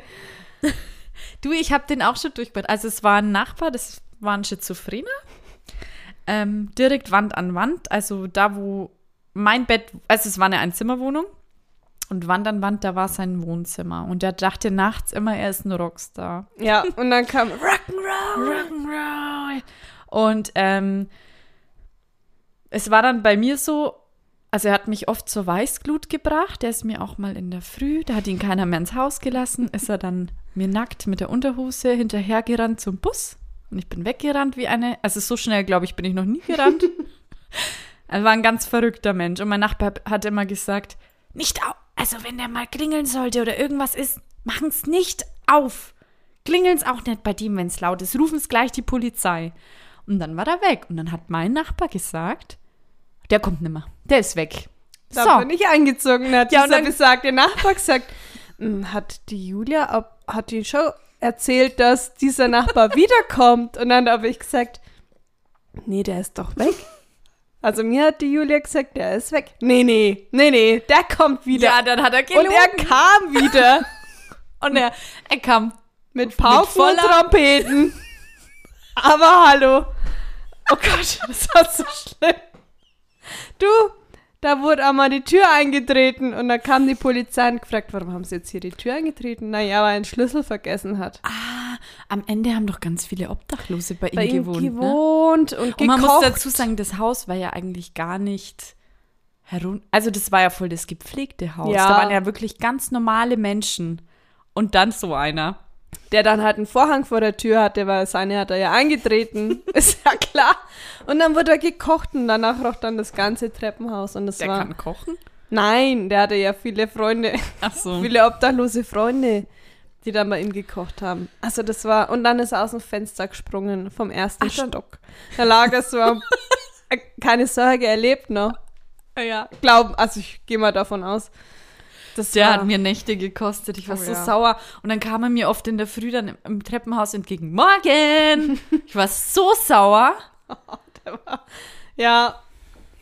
Speaker 2: Du, ich habe den auch schon durchgebracht. Also es war ein Nachbar, das war ein Schizophrener. Ähm, direkt Wand an Wand, also da, wo mein Bett, also es war eine Einzimmerwohnung. Und Wand an Wand, da war sein Wohnzimmer. Und er dachte nachts immer, er ist ein Rockstar.
Speaker 3: Ja, und dann kam,
Speaker 2: Rock'n'Roll. Und ähm, es war dann bei mir so, also er hat mich oft zur Weißglut gebracht. Der ist mir auch mal in der Früh, da hat ihn keiner mehr ins Haus gelassen, ist er dann mir nackt mit der Unterhose hinterhergerannt zum Bus. Und ich bin weggerannt wie eine, also so schnell, glaube ich, bin ich noch nie gerannt. er war ein ganz verrückter Mensch. Und mein Nachbar hat immer gesagt, nicht auf, also wenn der mal klingeln sollte oder irgendwas ist, machen's nicht auf. Klingeln's auch nicht bei dem, wenn's laut ist. Rufen's gleich die Polizei. Und dann war er weg. Und dann hat mein Nachbar gesagt, Der kommt nimmer. Der ist weg.
Speaker 3: Da
Speaker 2: so.
Speaker 3: bin ich eingezogen. Hat
Speaker 2: Ja,
Speaker 3: ja,
Speaker 2: und
Speaker 3: dieser
Speaker 2: dann-
Speaker 3: besagte Nachbar gesagt, "Hm, hat die Julia, ab- hat die schon erzählt, dass dieser Nachbar wiederkommt? Und dann habe ich gesagt, nee, der ist doch weg. Also mir hat die Julia gesagt, der ist weg. Nee, nee, nee, nee, der kommt wieder.
Speaker 2: Ja, dann hat er
Speaker 3: und
Speaker 2: gelogen.
Speaker 3: er kam wieder
Speaker 2: und er, er kam
Speaker 3: mit Pauken und
Speaker 2: voller-
Speaker 3: Trompeten. Aber hallo. Oh Gott, das war so schlimm. Du, da wurde einmal die Tür eingetreten und dann kam die Polizei und gefragt, warum haben sie jetzt hier die Tür eingetreten? Naja, weil er einen Schlüssel vergessen hat.
Speaker 2: Ah, Am Ende haben doch ganz viele Obdachlose bei ihm
Speaker 3: Bei ihm
Speaker 2: gewohnt.
Speaker 3: gewohnt,
Speaker 2: Ne?
Speaker 3: und gekocht.
Speaker 2: Und man muss dazu sagen, das Haus war ja eigentlich gar nicht herun. Also das war ja voll das gepflegte Haus.
Speaker 3: Ja.
Speaker 2: Da waren ja wirklich ganz normale Menschen. Und dann so einer.
Speaker 3: der dann halt einen Vorhang vor der Tür hatte, weil seine hat er ja eingetreten. Ist ja klar. Und dann wurde er gekocht und danach roch dann das ganze Treppenhaus und das
Speaker 2: Der
Speaker 3: war...
Speaker 2: kann kochen.
Speaker 3: Nein, der hatte ja viele Freunde.
Speaker 2: Ach so.
Speaker 3: viele obdachlose Freunde, die dann bei ihm gekocht haben. Also das war, und dann ist er aus dem Fenster gesprungen, vom ersten Stock. Da lag er so, am- Äh, keine Sorge, er lebt noch.
Speaker 2: Ah, Ja.
Speaker 3: Glauben, also ich gehe mal davon aus. Das
Speaker 2: Der
Speaker 3: war,
Speaker 2: hat mir Nächte gekostet. Ich war
Speaker 3: Oh,
Speaker 2: so
Speaker 3: ja.
Speaker 2: sauer. Und dann kam er mir oft in der Früh dann im, im Treppenhaus entgegen. Morgen! Ich war so sauer.
Speaker 3: ja,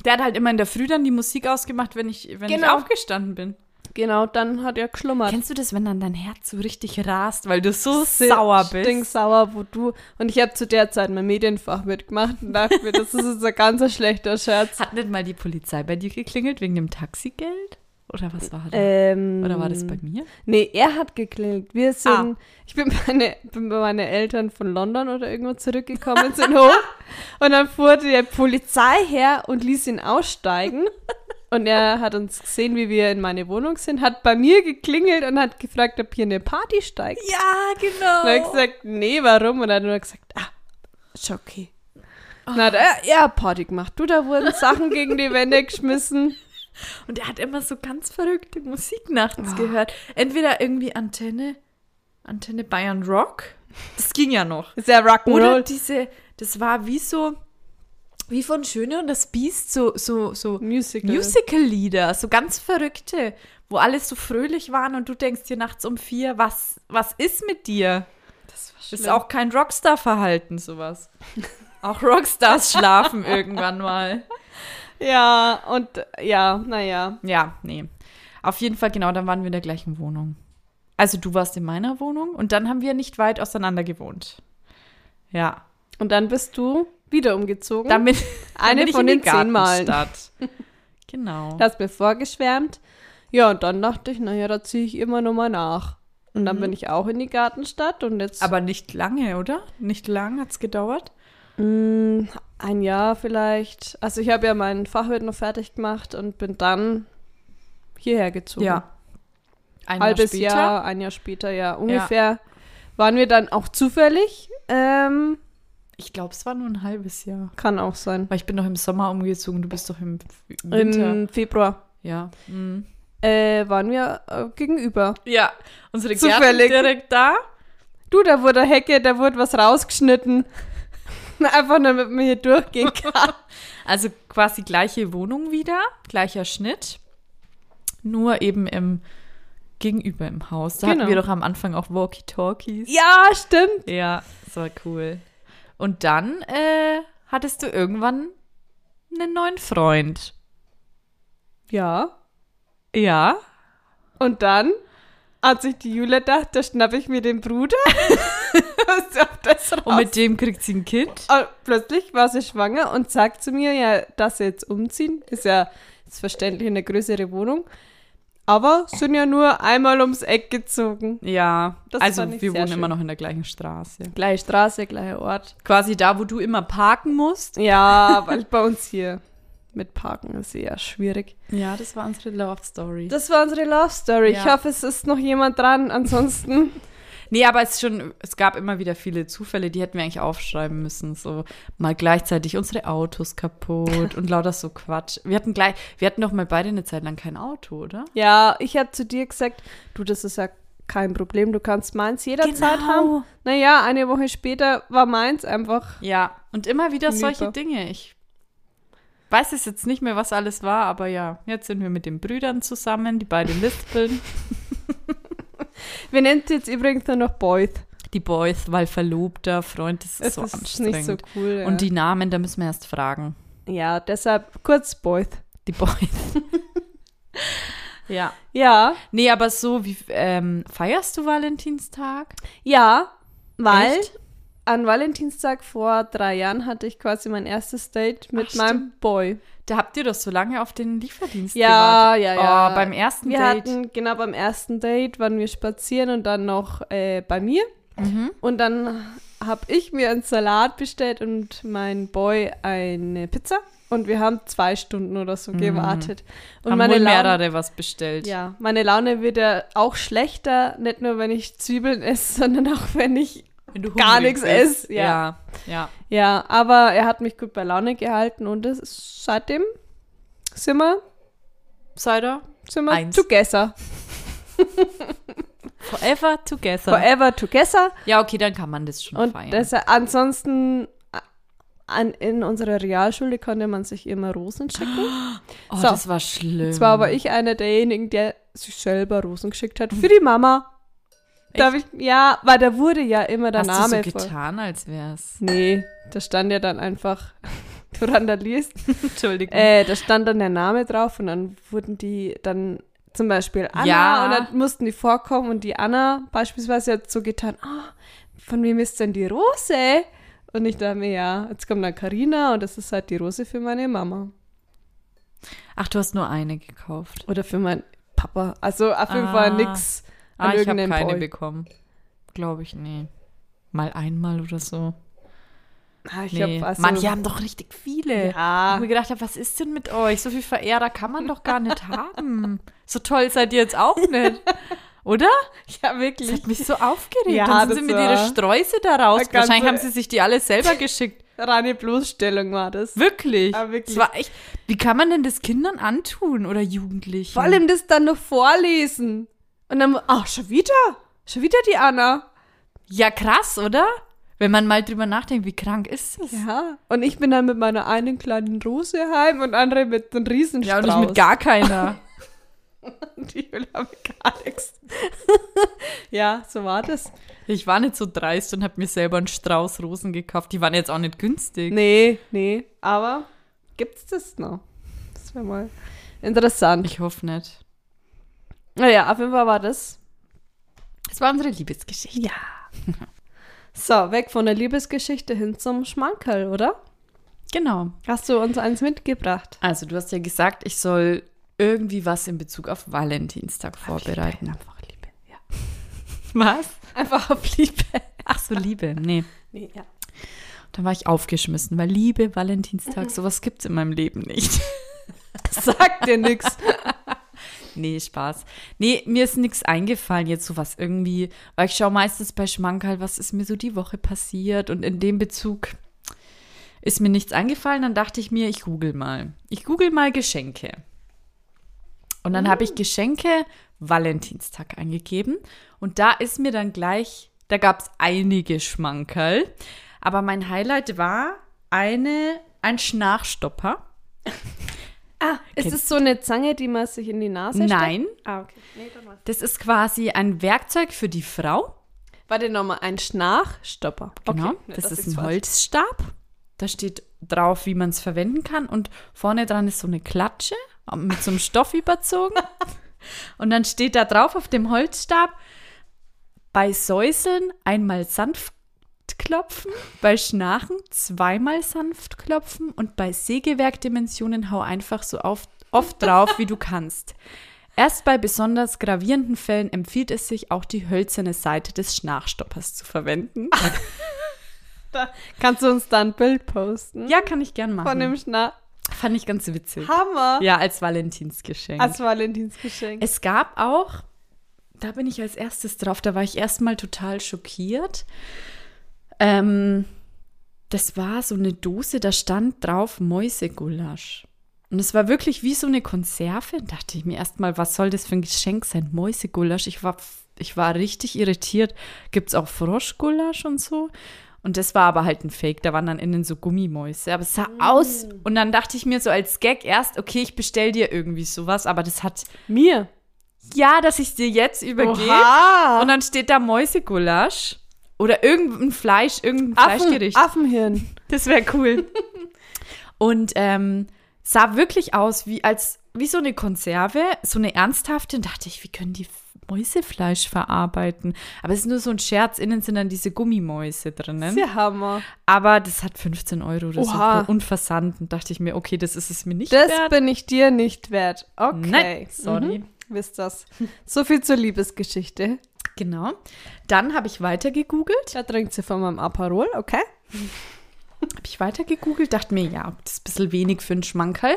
Speaker 2: Der hat halt immer in der Früh dann die Musik ausgemacht, wenn ich, wenn ich
Speaker 3: Genau.
Speaker 2: aufgestanden bin.
Speaker 3: genau, dann hat er geschlummert.
Speaker 2: Kennst du das, wenn dann dein Herz so richtig rast, weil du so
Speaker 3: Si-
Speaker 2: sauer bist?
Speaker 3: Stinksauer, wo du. Und ich habe zu der Zeit mein Medienfach mitgemacht und dachte mir, das ist jetzt ein ganz schlechter Scherz.
Speaker 2: Hat nicht mal die Polizei bei dir geklingelt wegen dem Taxigeld? Oder was war das?
Speaker 3: Ähm,
Speaker 2: Oder war das bei mir?
Speaker 3: Nee, er hat geklingelt. Wir sind,
Speaker 2: Ah.
Speaker 3: ich bin, meine, bin bei meinen Eltern von London oder irgendwo zurückgekommen, sind hoch. Und dann fuhr die Polizei her und ließ ihn aussteigen. Und er hat uns gesehen, wie wir in meine Wohnung sind, hat bei mir geklingelt und hat gefragt, ob hier eine Party steigt.
Speaker 2: Ja, genau.
Speaker 3: Und dann hab ich gesagt, nee, warum? Und dann hat er nur gesagt, ah, ist schon okay. Und dann hat er, ja, Party gemacht. Du, da wurden Sachen gegen die Wände geschmissen.
Speaker 2: Und er hat immer so ganz verrückte Musik nachts gehört. Entweder irgendwie Antenne, Antenne Bayern Rock. Das ging ja noch.
Speaker 3: Ist ja
Speaker 2: Oder
Speaker 3: Rock'n'Roll.
Speaker 2: diese, das war wie so, wie von Schöne und das Biest, so, so, so
Speaker 3: Musical.
Speaker 2: Musical-Lieder, so ganz verrückte, wo alle so fröhlich waren und du denkst dir nachts um vier, was, was ist mit dir? Das ist auch kein Rockstar-Verhalten, sowas. Auch Rockstars schlafen irgendwann mal.
Speaker 3: Ja, und ja, naja.
Speaker 2: Ja, nee. Auf jeden Fall, genau, dann waren wir in der gleichen Wohnung. Also du warst in meiner Wohnung und dann haben wir nicht weit auseinander gewohnt. Ja.
Speaker 3: Und dann bist du wieder umgezogen.
Speaker 2: Damit
Speaker 3: Eine
Speaker 2: damit ich
Speaker 3: von
Speaker 2: in
Speaker 3: den zehn Malen.
Speaker 2: Gartenstadt. Genau.
Speaker 3: hast mir vorgeschwärmt. Ja, und dann dachte ich, naja, da ziehe ich immer nochmal nach. Und dann bin ich auch in die Gartenstadt und jetzt
Speaker 2: Mhm. Aber nicht lange, oder? Nicht lang hat's gedauert.
Speaker 3: mh, hm, ein Jahr vielleicht. Also ich habe ja meinen Fachwirt noch fertig gemacht und bin dann hierher gezogen.
Speaker 2: Ein
Speaker 3: halbes
Speaker 2: Jahr, später.
Speaker 3: Jahr, ein Jahr später, ja. Ungefähr waren wir dann auch zufällig. Ähm,
Speaker 2: Ich glaube, es war nur ein halbes Jahr.
Speaker 3: kann auch sein.
Speaker 2: Weil ich bin doch im Sommer umgezogen, du bist doch im F- Winter.
Speaker 3: Im Februar
Speaker 2: ja. Mhm.
Speaker 3: äh, waren wir äh, gegenüber.
Speaker 2: Ja, unsere
Speaker 3: Zufällig.
Speaker 2: Gärten direkt da.
Speaker 3: Du, da wurde eine Hecke, da wurde was rausgeschnitten. Einfach nur, damit man hier durchgehen kann.
Speaker 2: Also quasi gleiche Wohnung wieder, gleicher Schnitt, nur eben im Gegenüber im Haus. Da hatten
Speaker 3: Genau.
Speaker 2: wir doch am Anfang auch Walkie-Talkies.
Speaker 3: ja, stimmt.
Speaker 2: Ja, das war cool. Und dann äh, hattest du irgendwann einen neuen Freund.
Speaker 3: Ja.
Speaker 2: Ja.
Speaker 3: Und dann hat sich die Julia gedacht, da schnappe ich mir den Bruder. Was ist auf das raus?
Speaker 2: Und mit dem kriegt sie ein Kind.
Speaker 3: Und plötzlich war sie schwanger und sagt zu mir, ja, dass sie jetzt umziehen. Ist ja ist verständlich eine größere Wohnung. Aber sind ja nur einmal ums Eck gezogen.
Speaker 2: Ja,
Speaker 3: Das
Speaker 2: also
Speaker 3: fand ich
Speaker 2: wir
Speaker 3: sehr
Speaker 2: wohnen immer
Speaker 3: schön.
Speaker 2: noch in der gleichen Straße.
Speaker 3: Gleiche Straße, gleicher Ort.
Speaker 2: Quasi da, wo du immer parken musst.
Speaker 3: Ja, weil bei uns hier mit Parken ist eher schwierig.
Speaker 2: Ja, das war unsere Love Story.
Speaker 3: Das war unsere Love Story. Ich
Speaker 2: Ja.
Speaker 3: hoffe, es ist noch jemand dran. Ansonsten,
Speaker 2: Nee, aber es, ist schon, es gab immer wieder viele Zufälle, die hätten wir eigentlich aufschreiben müssen. So mal gleichzeitig unsere Autos kaputt und lauter so Quatsch. Wir hatten gleich, wir hatten doch mal beide eine Zeit lang kein Auto, oder?
Speaker 3: ja, ich habe zu dir gesagt, du, das ist ja kein Problem, du kannst meins jederzeit
Speaker 2: Genau.
Speaker 3: haben. Naja, eine Woche später war meins einfach.
Speaker 2: Ja, und immer wieder solche
Speaker 3: Lieber.
Speaker 2: Dinge. Ich weiß es jetzt nicht mehr, was alles war, aber ja, jetzt sind wir mit den Brüdern zusammen, die beiden lispeln.
Speaker 3: Wir nennen es jetzt übrigens nur noch Boyth.
Speaker 2: Die Boys, weil Verlobter, Freund, das ist
Speaker 3: Es
Speaker 2: so
Speaker 3: ist
Speaker 2: anstrengend.
Speaker 3: nicht so cool. Ja.
Speaker 2: Und die Namen, da müssen wir erst fragen.
Speaker 3: ja, deshalb kurz Boyth.
Speaker 2: Die Boys. ja.
Speaker 3: Ja,
Speaker 2: Nee, aber so, wie ähm, feierst du Valentinstag?
Speaker 3: ja, weil
Speaker 2: Echt?
Speaker 3: an Valentinstag vor drei Jahren hatte ich quasi mein erstes Date mit
Speaker 2: Ach,
Speaker 3: meinem Boy.
Speaker 2: Da habt ihr doch so lange auf den Lieferdienst
Speaker 3: Ja,
Speaker 2: gewartet.
Speaker 3: ja, ja.
Speaker 2: Oh, beim ersten
Speaker 3: wir
Speaker 2: Date.
Speaker 3: hatten genau beim ersten Date waren wir spazieren und dann noch äh, bei mir.
Speaker 2: Mhm.
Speaker 3: Und dann habe ich mir einen Salat bestellt und mein Boy eine Pizza. Und wir haben zwei Stunden oder so gewartet.
Speaker 2: Mhm.
Speaker 3: Und
Speaker 2: haben
Speaker 3: meine
Speaker 2: wohl
Speaker 3: Laune,
Speaker 2: mehrere was bestellt.
Speaker 3: Ja, meine Laune wird ja auch schlechter, nicht nur wenn ich Zwiebeln esse, sondern auch wenn ich
Speaker 2: Wenn du
Speaker 3: gar
Speaker 2: hungrig
Speaker 3: nichts
Speaker 2: bist.
Speaker 3: isst, ja.
Speaker 2: ja. ja.
Speaker 3: ja, aber er hat mich gut bei Laune gehalten und das ist seitdem sind wir,
Speaker 2: Seid ihr
Speaker 3: sind wir
Speaker 2: Eins.
Speaker 3: together.
Speaker 2: forever together.
Speaker 3: Forever together.
Speaker 2: Ja, okay, dann kann man das schon
Speaker 3: Und
Speaker 2: feiern.
Speaker 3: das, ansonsten a- an, in unserer Realschule konnte man sich immer Rosen schicken.
Speaker 2: oh,
Speaker 3: so.
Speaker 2: das war schlimm.
Speaker 3: Zwar aber ich einer derjenigen, der sich selber Rosen geschickt hat. Für die Mama. Darf ich, ja, weil da wurde ja immer der
Speaker 2: Hast
Speaker 3: Name
Speaker 2: du so
Speaker 3: vor-
Speaker 2: getan, als wär's.
Speaker 3: Nee, da stand ja dann einfach, du randalierst.
Speaker 2: Entschuldigung.
Speaker 3: Äh, da stand dann der Name drauf und dann wurden die dann zum Beispiel Anna
Speaker 2: Ja.
Speaker 3: und dann mussten die vorkommen und die Anna beispielsweise hat so getan, ah, von wem ist denn die Rose? Und ich dachte mir, ja, jetzt kommt dann Karina und das ist halt die Rose für meine Mama
Speaker 2: Ach, du hast nur eine gekauft.
Speaker 3: oder für meinen Papa. Also auf jeden
Speaker 2: Ah.
Speaker 3: Fall nix an
Speaker 2: Ah, ich habe
Speaker 3: irgendeinem
Speaker 2: keine
Speaker 3: Boy.
Speaker 2: bekommen. Glaube ich, nee. Mal einmal oder so.
Speaker 3: Ah, ich
Speaker 2: Nee.
Speaker 3: hab also, Ah.
Speaker 2: Manche haben doch richtig viele. Ich
Speaker 3: ja,
Speaker 2: mir gedacht, hab, was ist denn mit euch? So viel Verehrer kann man doch gar nicht haben. So toll seid ihr jetzt auch nicht. Oder?
Speaker 3: ja,
Speaker 2: Das
Speaker 3: wirklich.
Speaker 2: hat mich so aufgeregt.
Speaker 3: Ja,
Speaker 2: Dann sind
Speaker 3: das
Speaker 2: sie mit
Speaker 3: war-
Speaker 2: ihrer Streuse da raus.
Speaker 3: Eine ganze-
Speaker 2: Wahrscheinlich haben sie sich die alle selber geschickt.
Speaker 3: Reine Bloßstellung war das.
Speaker 2: Wirklich.
Speaker 3: Ah,
Speaker 2: Das
Speaker 3: wirklich.
Speaker 2: war echt. Wie kann man denn das Kindern antun oder Jugendlichen?
Speaker 3: Vor allem das dann noch vorlesen. Und dann, ach, schon wieder? Schon wieder die Anna?
Speaker 2: Ja, krass, oder? Wenn man mal drüber nachdenkt, wie krank ist das?
Speaker 3: Ja. Und ich bin dann mit meiner einen kleinen Rose heim und andere mit einem
Speaker 2: Ja,
Speaker 3: Riesenstrauß.
Speaker 2: und ich mit gar keiner.
Speaker 3: Die will aber gar nichts. ja, so war das.
Speaker 2: Ich war nicht so dreist und habe mir selber einen Strauß Rosen gekauft. Die waren jetzt auch nicht günstig.
Speaker 3: Nee, nee. Aber gibt's das noch? Das wäre mal interessant.
Speaker 2: Ich hoffe nicht.
Speaker 3: Naja, auf jeden Fall war das.
Speaker 2: Das war unsere Liebesgeschichte.
Speaker 3: Ja. So, weg von der Liebesgeschichte hin zum Schmankerl, oder?
Speaker 2: Genau.
Speaker 3: Hast du uns eins mitgebracht?
Speaker 2: Also, du hast ja gesagt, ich soll irgendwie was in Bezug auf Valentinstag vorbereiten. Einfach Liebe, ja. Was?
Speaker 3: Einfach auf Liebe.
Speaker 2: Ach so, Liebe, nee.
Speaker 3: Nee, ja.
Speaker 2: Dann war ich aufgeschmissen, weil Liebe, Valentinstag, sowas gibt's in meinem Leben nicht. Sagt dir nix. Nee, Spaß. Nee, mir ist nix eingefallen jetzt sowas irgendwie, weil ich schaue meistens bei Schmankerl, was ist mir so die Woche passiert und in dem Bezug ist mir nichts eingefallen. Dann dachte ich mir, ich google mal. Ich google mal Geschenke. Und dann habe ich Geschenke Valentinstag eingegeben. Und da ist mir dann gleich, da gab es einige Schmankerl. Aber mein Highlight war eine, ein Schnarchstopper.
Speaker 3: Ist es so eine Zange, die man sich in die Nase steckt?
Speaker 2: Ah, Nein,
Speaker 3: Ah, okay.
Speaker 2: das ist quasi ein Werkzeug für die Frau.
Speaker 3: Warte nochmal, ein Schnarchstopper. ne,
Speaker 2: Genau. das, ist ein Holzstab. Da steht drauf, wie man es verwenden kann. Und vorne dran ist so eine Klatsche ähm, mit so einem Stoff überzogen. Und dann steht da drauf auf dem Holzstab, bei Säuseln einmal sanft klopfen, bei Schnarchen zweimal sanft klopfen und bei Sägewerkdimensionen hau einfach so auf, oft drauf, wie du kannst. Erst bei besonders gravierenden Fällen empfiehlt es sich, auch die hölzerne Seite des Schnarchstoppers zu verwenden.
Speaker 3: Kannst du uns da ein Bild posten?
Speaker 2: Ja, kann ich gern machen.
Speaker 3: Von dem Schnarch.
Speaker 2: Fand ich ganz witzig.
Speaker 3: Hammer!
Speaker 2: Ja, als Valentinsgeschenk.
Speaker 3: Als Valentinsgeschenk.
Speaker 2: es gab auch, da bin ich als erstes drauf, da war ich erstmal total schockiert. Ähm, das war so eine Dose, da stand drauf Mäusegulasch. Und es war wirklich wie so eine Konserve. Da dachte ich mir erstmal, was soll das für ein Geschenk sein? Mäusegulasch. Ich war f- ich war richtig irritiert. Gibt es auch Froschgulasch und so? Und das war aber halt ein Fake. Da waren dann innen so Gummimäuse. Aber es sah aus. Und dann dachte ich mir so als Gag erst, okay, ich bestell dir irgendwie sowas. Aber das hat,
Speaker 3: Mir.
Speaker 2: ja, dass ich dir jetzt übergebe.
Speaker 3: Oha.
Speaker 2: Und dann steht da Mäusegulasch. Oder irgendein Fleisch, irgendein Fleischgericht.
Speaker 3: Affenhirn.
Speaker 2: Das wäre cool. und ähm, sah wirklich aus wie als wie so eine Konserve, so eine ernsthafte. Und dachte ich, wie können die Mäusefleisch verarbeiten? Aber es ist nur so ein Scherz. Innen sind dann diese Gummimäuse drinnen.
Speaker 3: Der Hammer.
Speaker 2: Aber das hat 15 Euro oder
Speaker 3: Oha.
Speaker 2: so und Versand. Und dachte ich mir, okay, das ist es mir nicht
Speaker 3: Das
Speaker 2: wert.
Speaker 3: bin ich dir nicht wert. Okay.
Speaker 2: Nein, sorry.
Speaker 3: Mhm. Wisst das. So viel zur Liebesgeschichte.
Speaker 2: Genau. Dann habe ich weiter gegoogelt.
Speaker 3: Da trinkt sie von meinem Aperol, okay?
Speaker 2: Habe ich weiter gegoogelt, dachte mir, ja, das ist ein bisschen wenig für einen Schmankerl.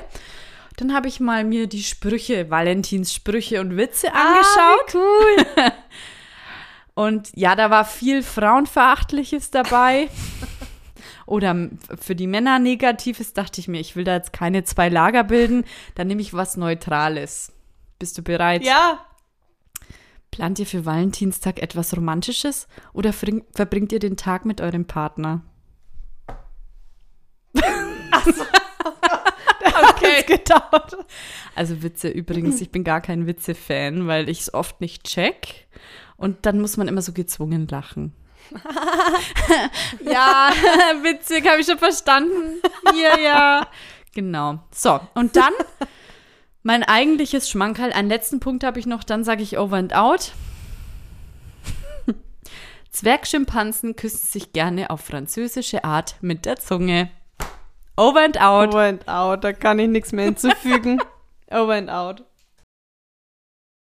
Speaker 2: Dann habe ich mal mir die Sprüche, Valentins Sprüche und Witze angeschaut. cool. und ja, da war viel Frauenverachtliches dabei. Oder m- für die Männer Negatives dachte ich mir, ich will da jetzt keine zwei Lager bilden. Dann nehme ich was Neutrales. Bist du bereit?
Speaker 3: Ja.
Speaker 2: Plant ihr für Valentinstag etwas Romantisches oder fring- verbringt ihr den Tag mit eurem Partner? okay. gedauert. Also Witze übrigens, ich bin gar kein Witze-Fan, weil ich es oft nicht check. Und dann muss man immer so gezwungen lachen. ja, witzig, habe ich schon verstanden. Ja, ja. Genau. So, und dann mein eigentliches Schmankerl. Einen letzten Punkt habe ich noch, dann sage ich over and out. Zwergschimpansen küssen sich gerne auf französische Art mit der Zunge. Over and out.
Speaker 3: Over and out, da kann ich nichts mehr hinzufügen. Over and out.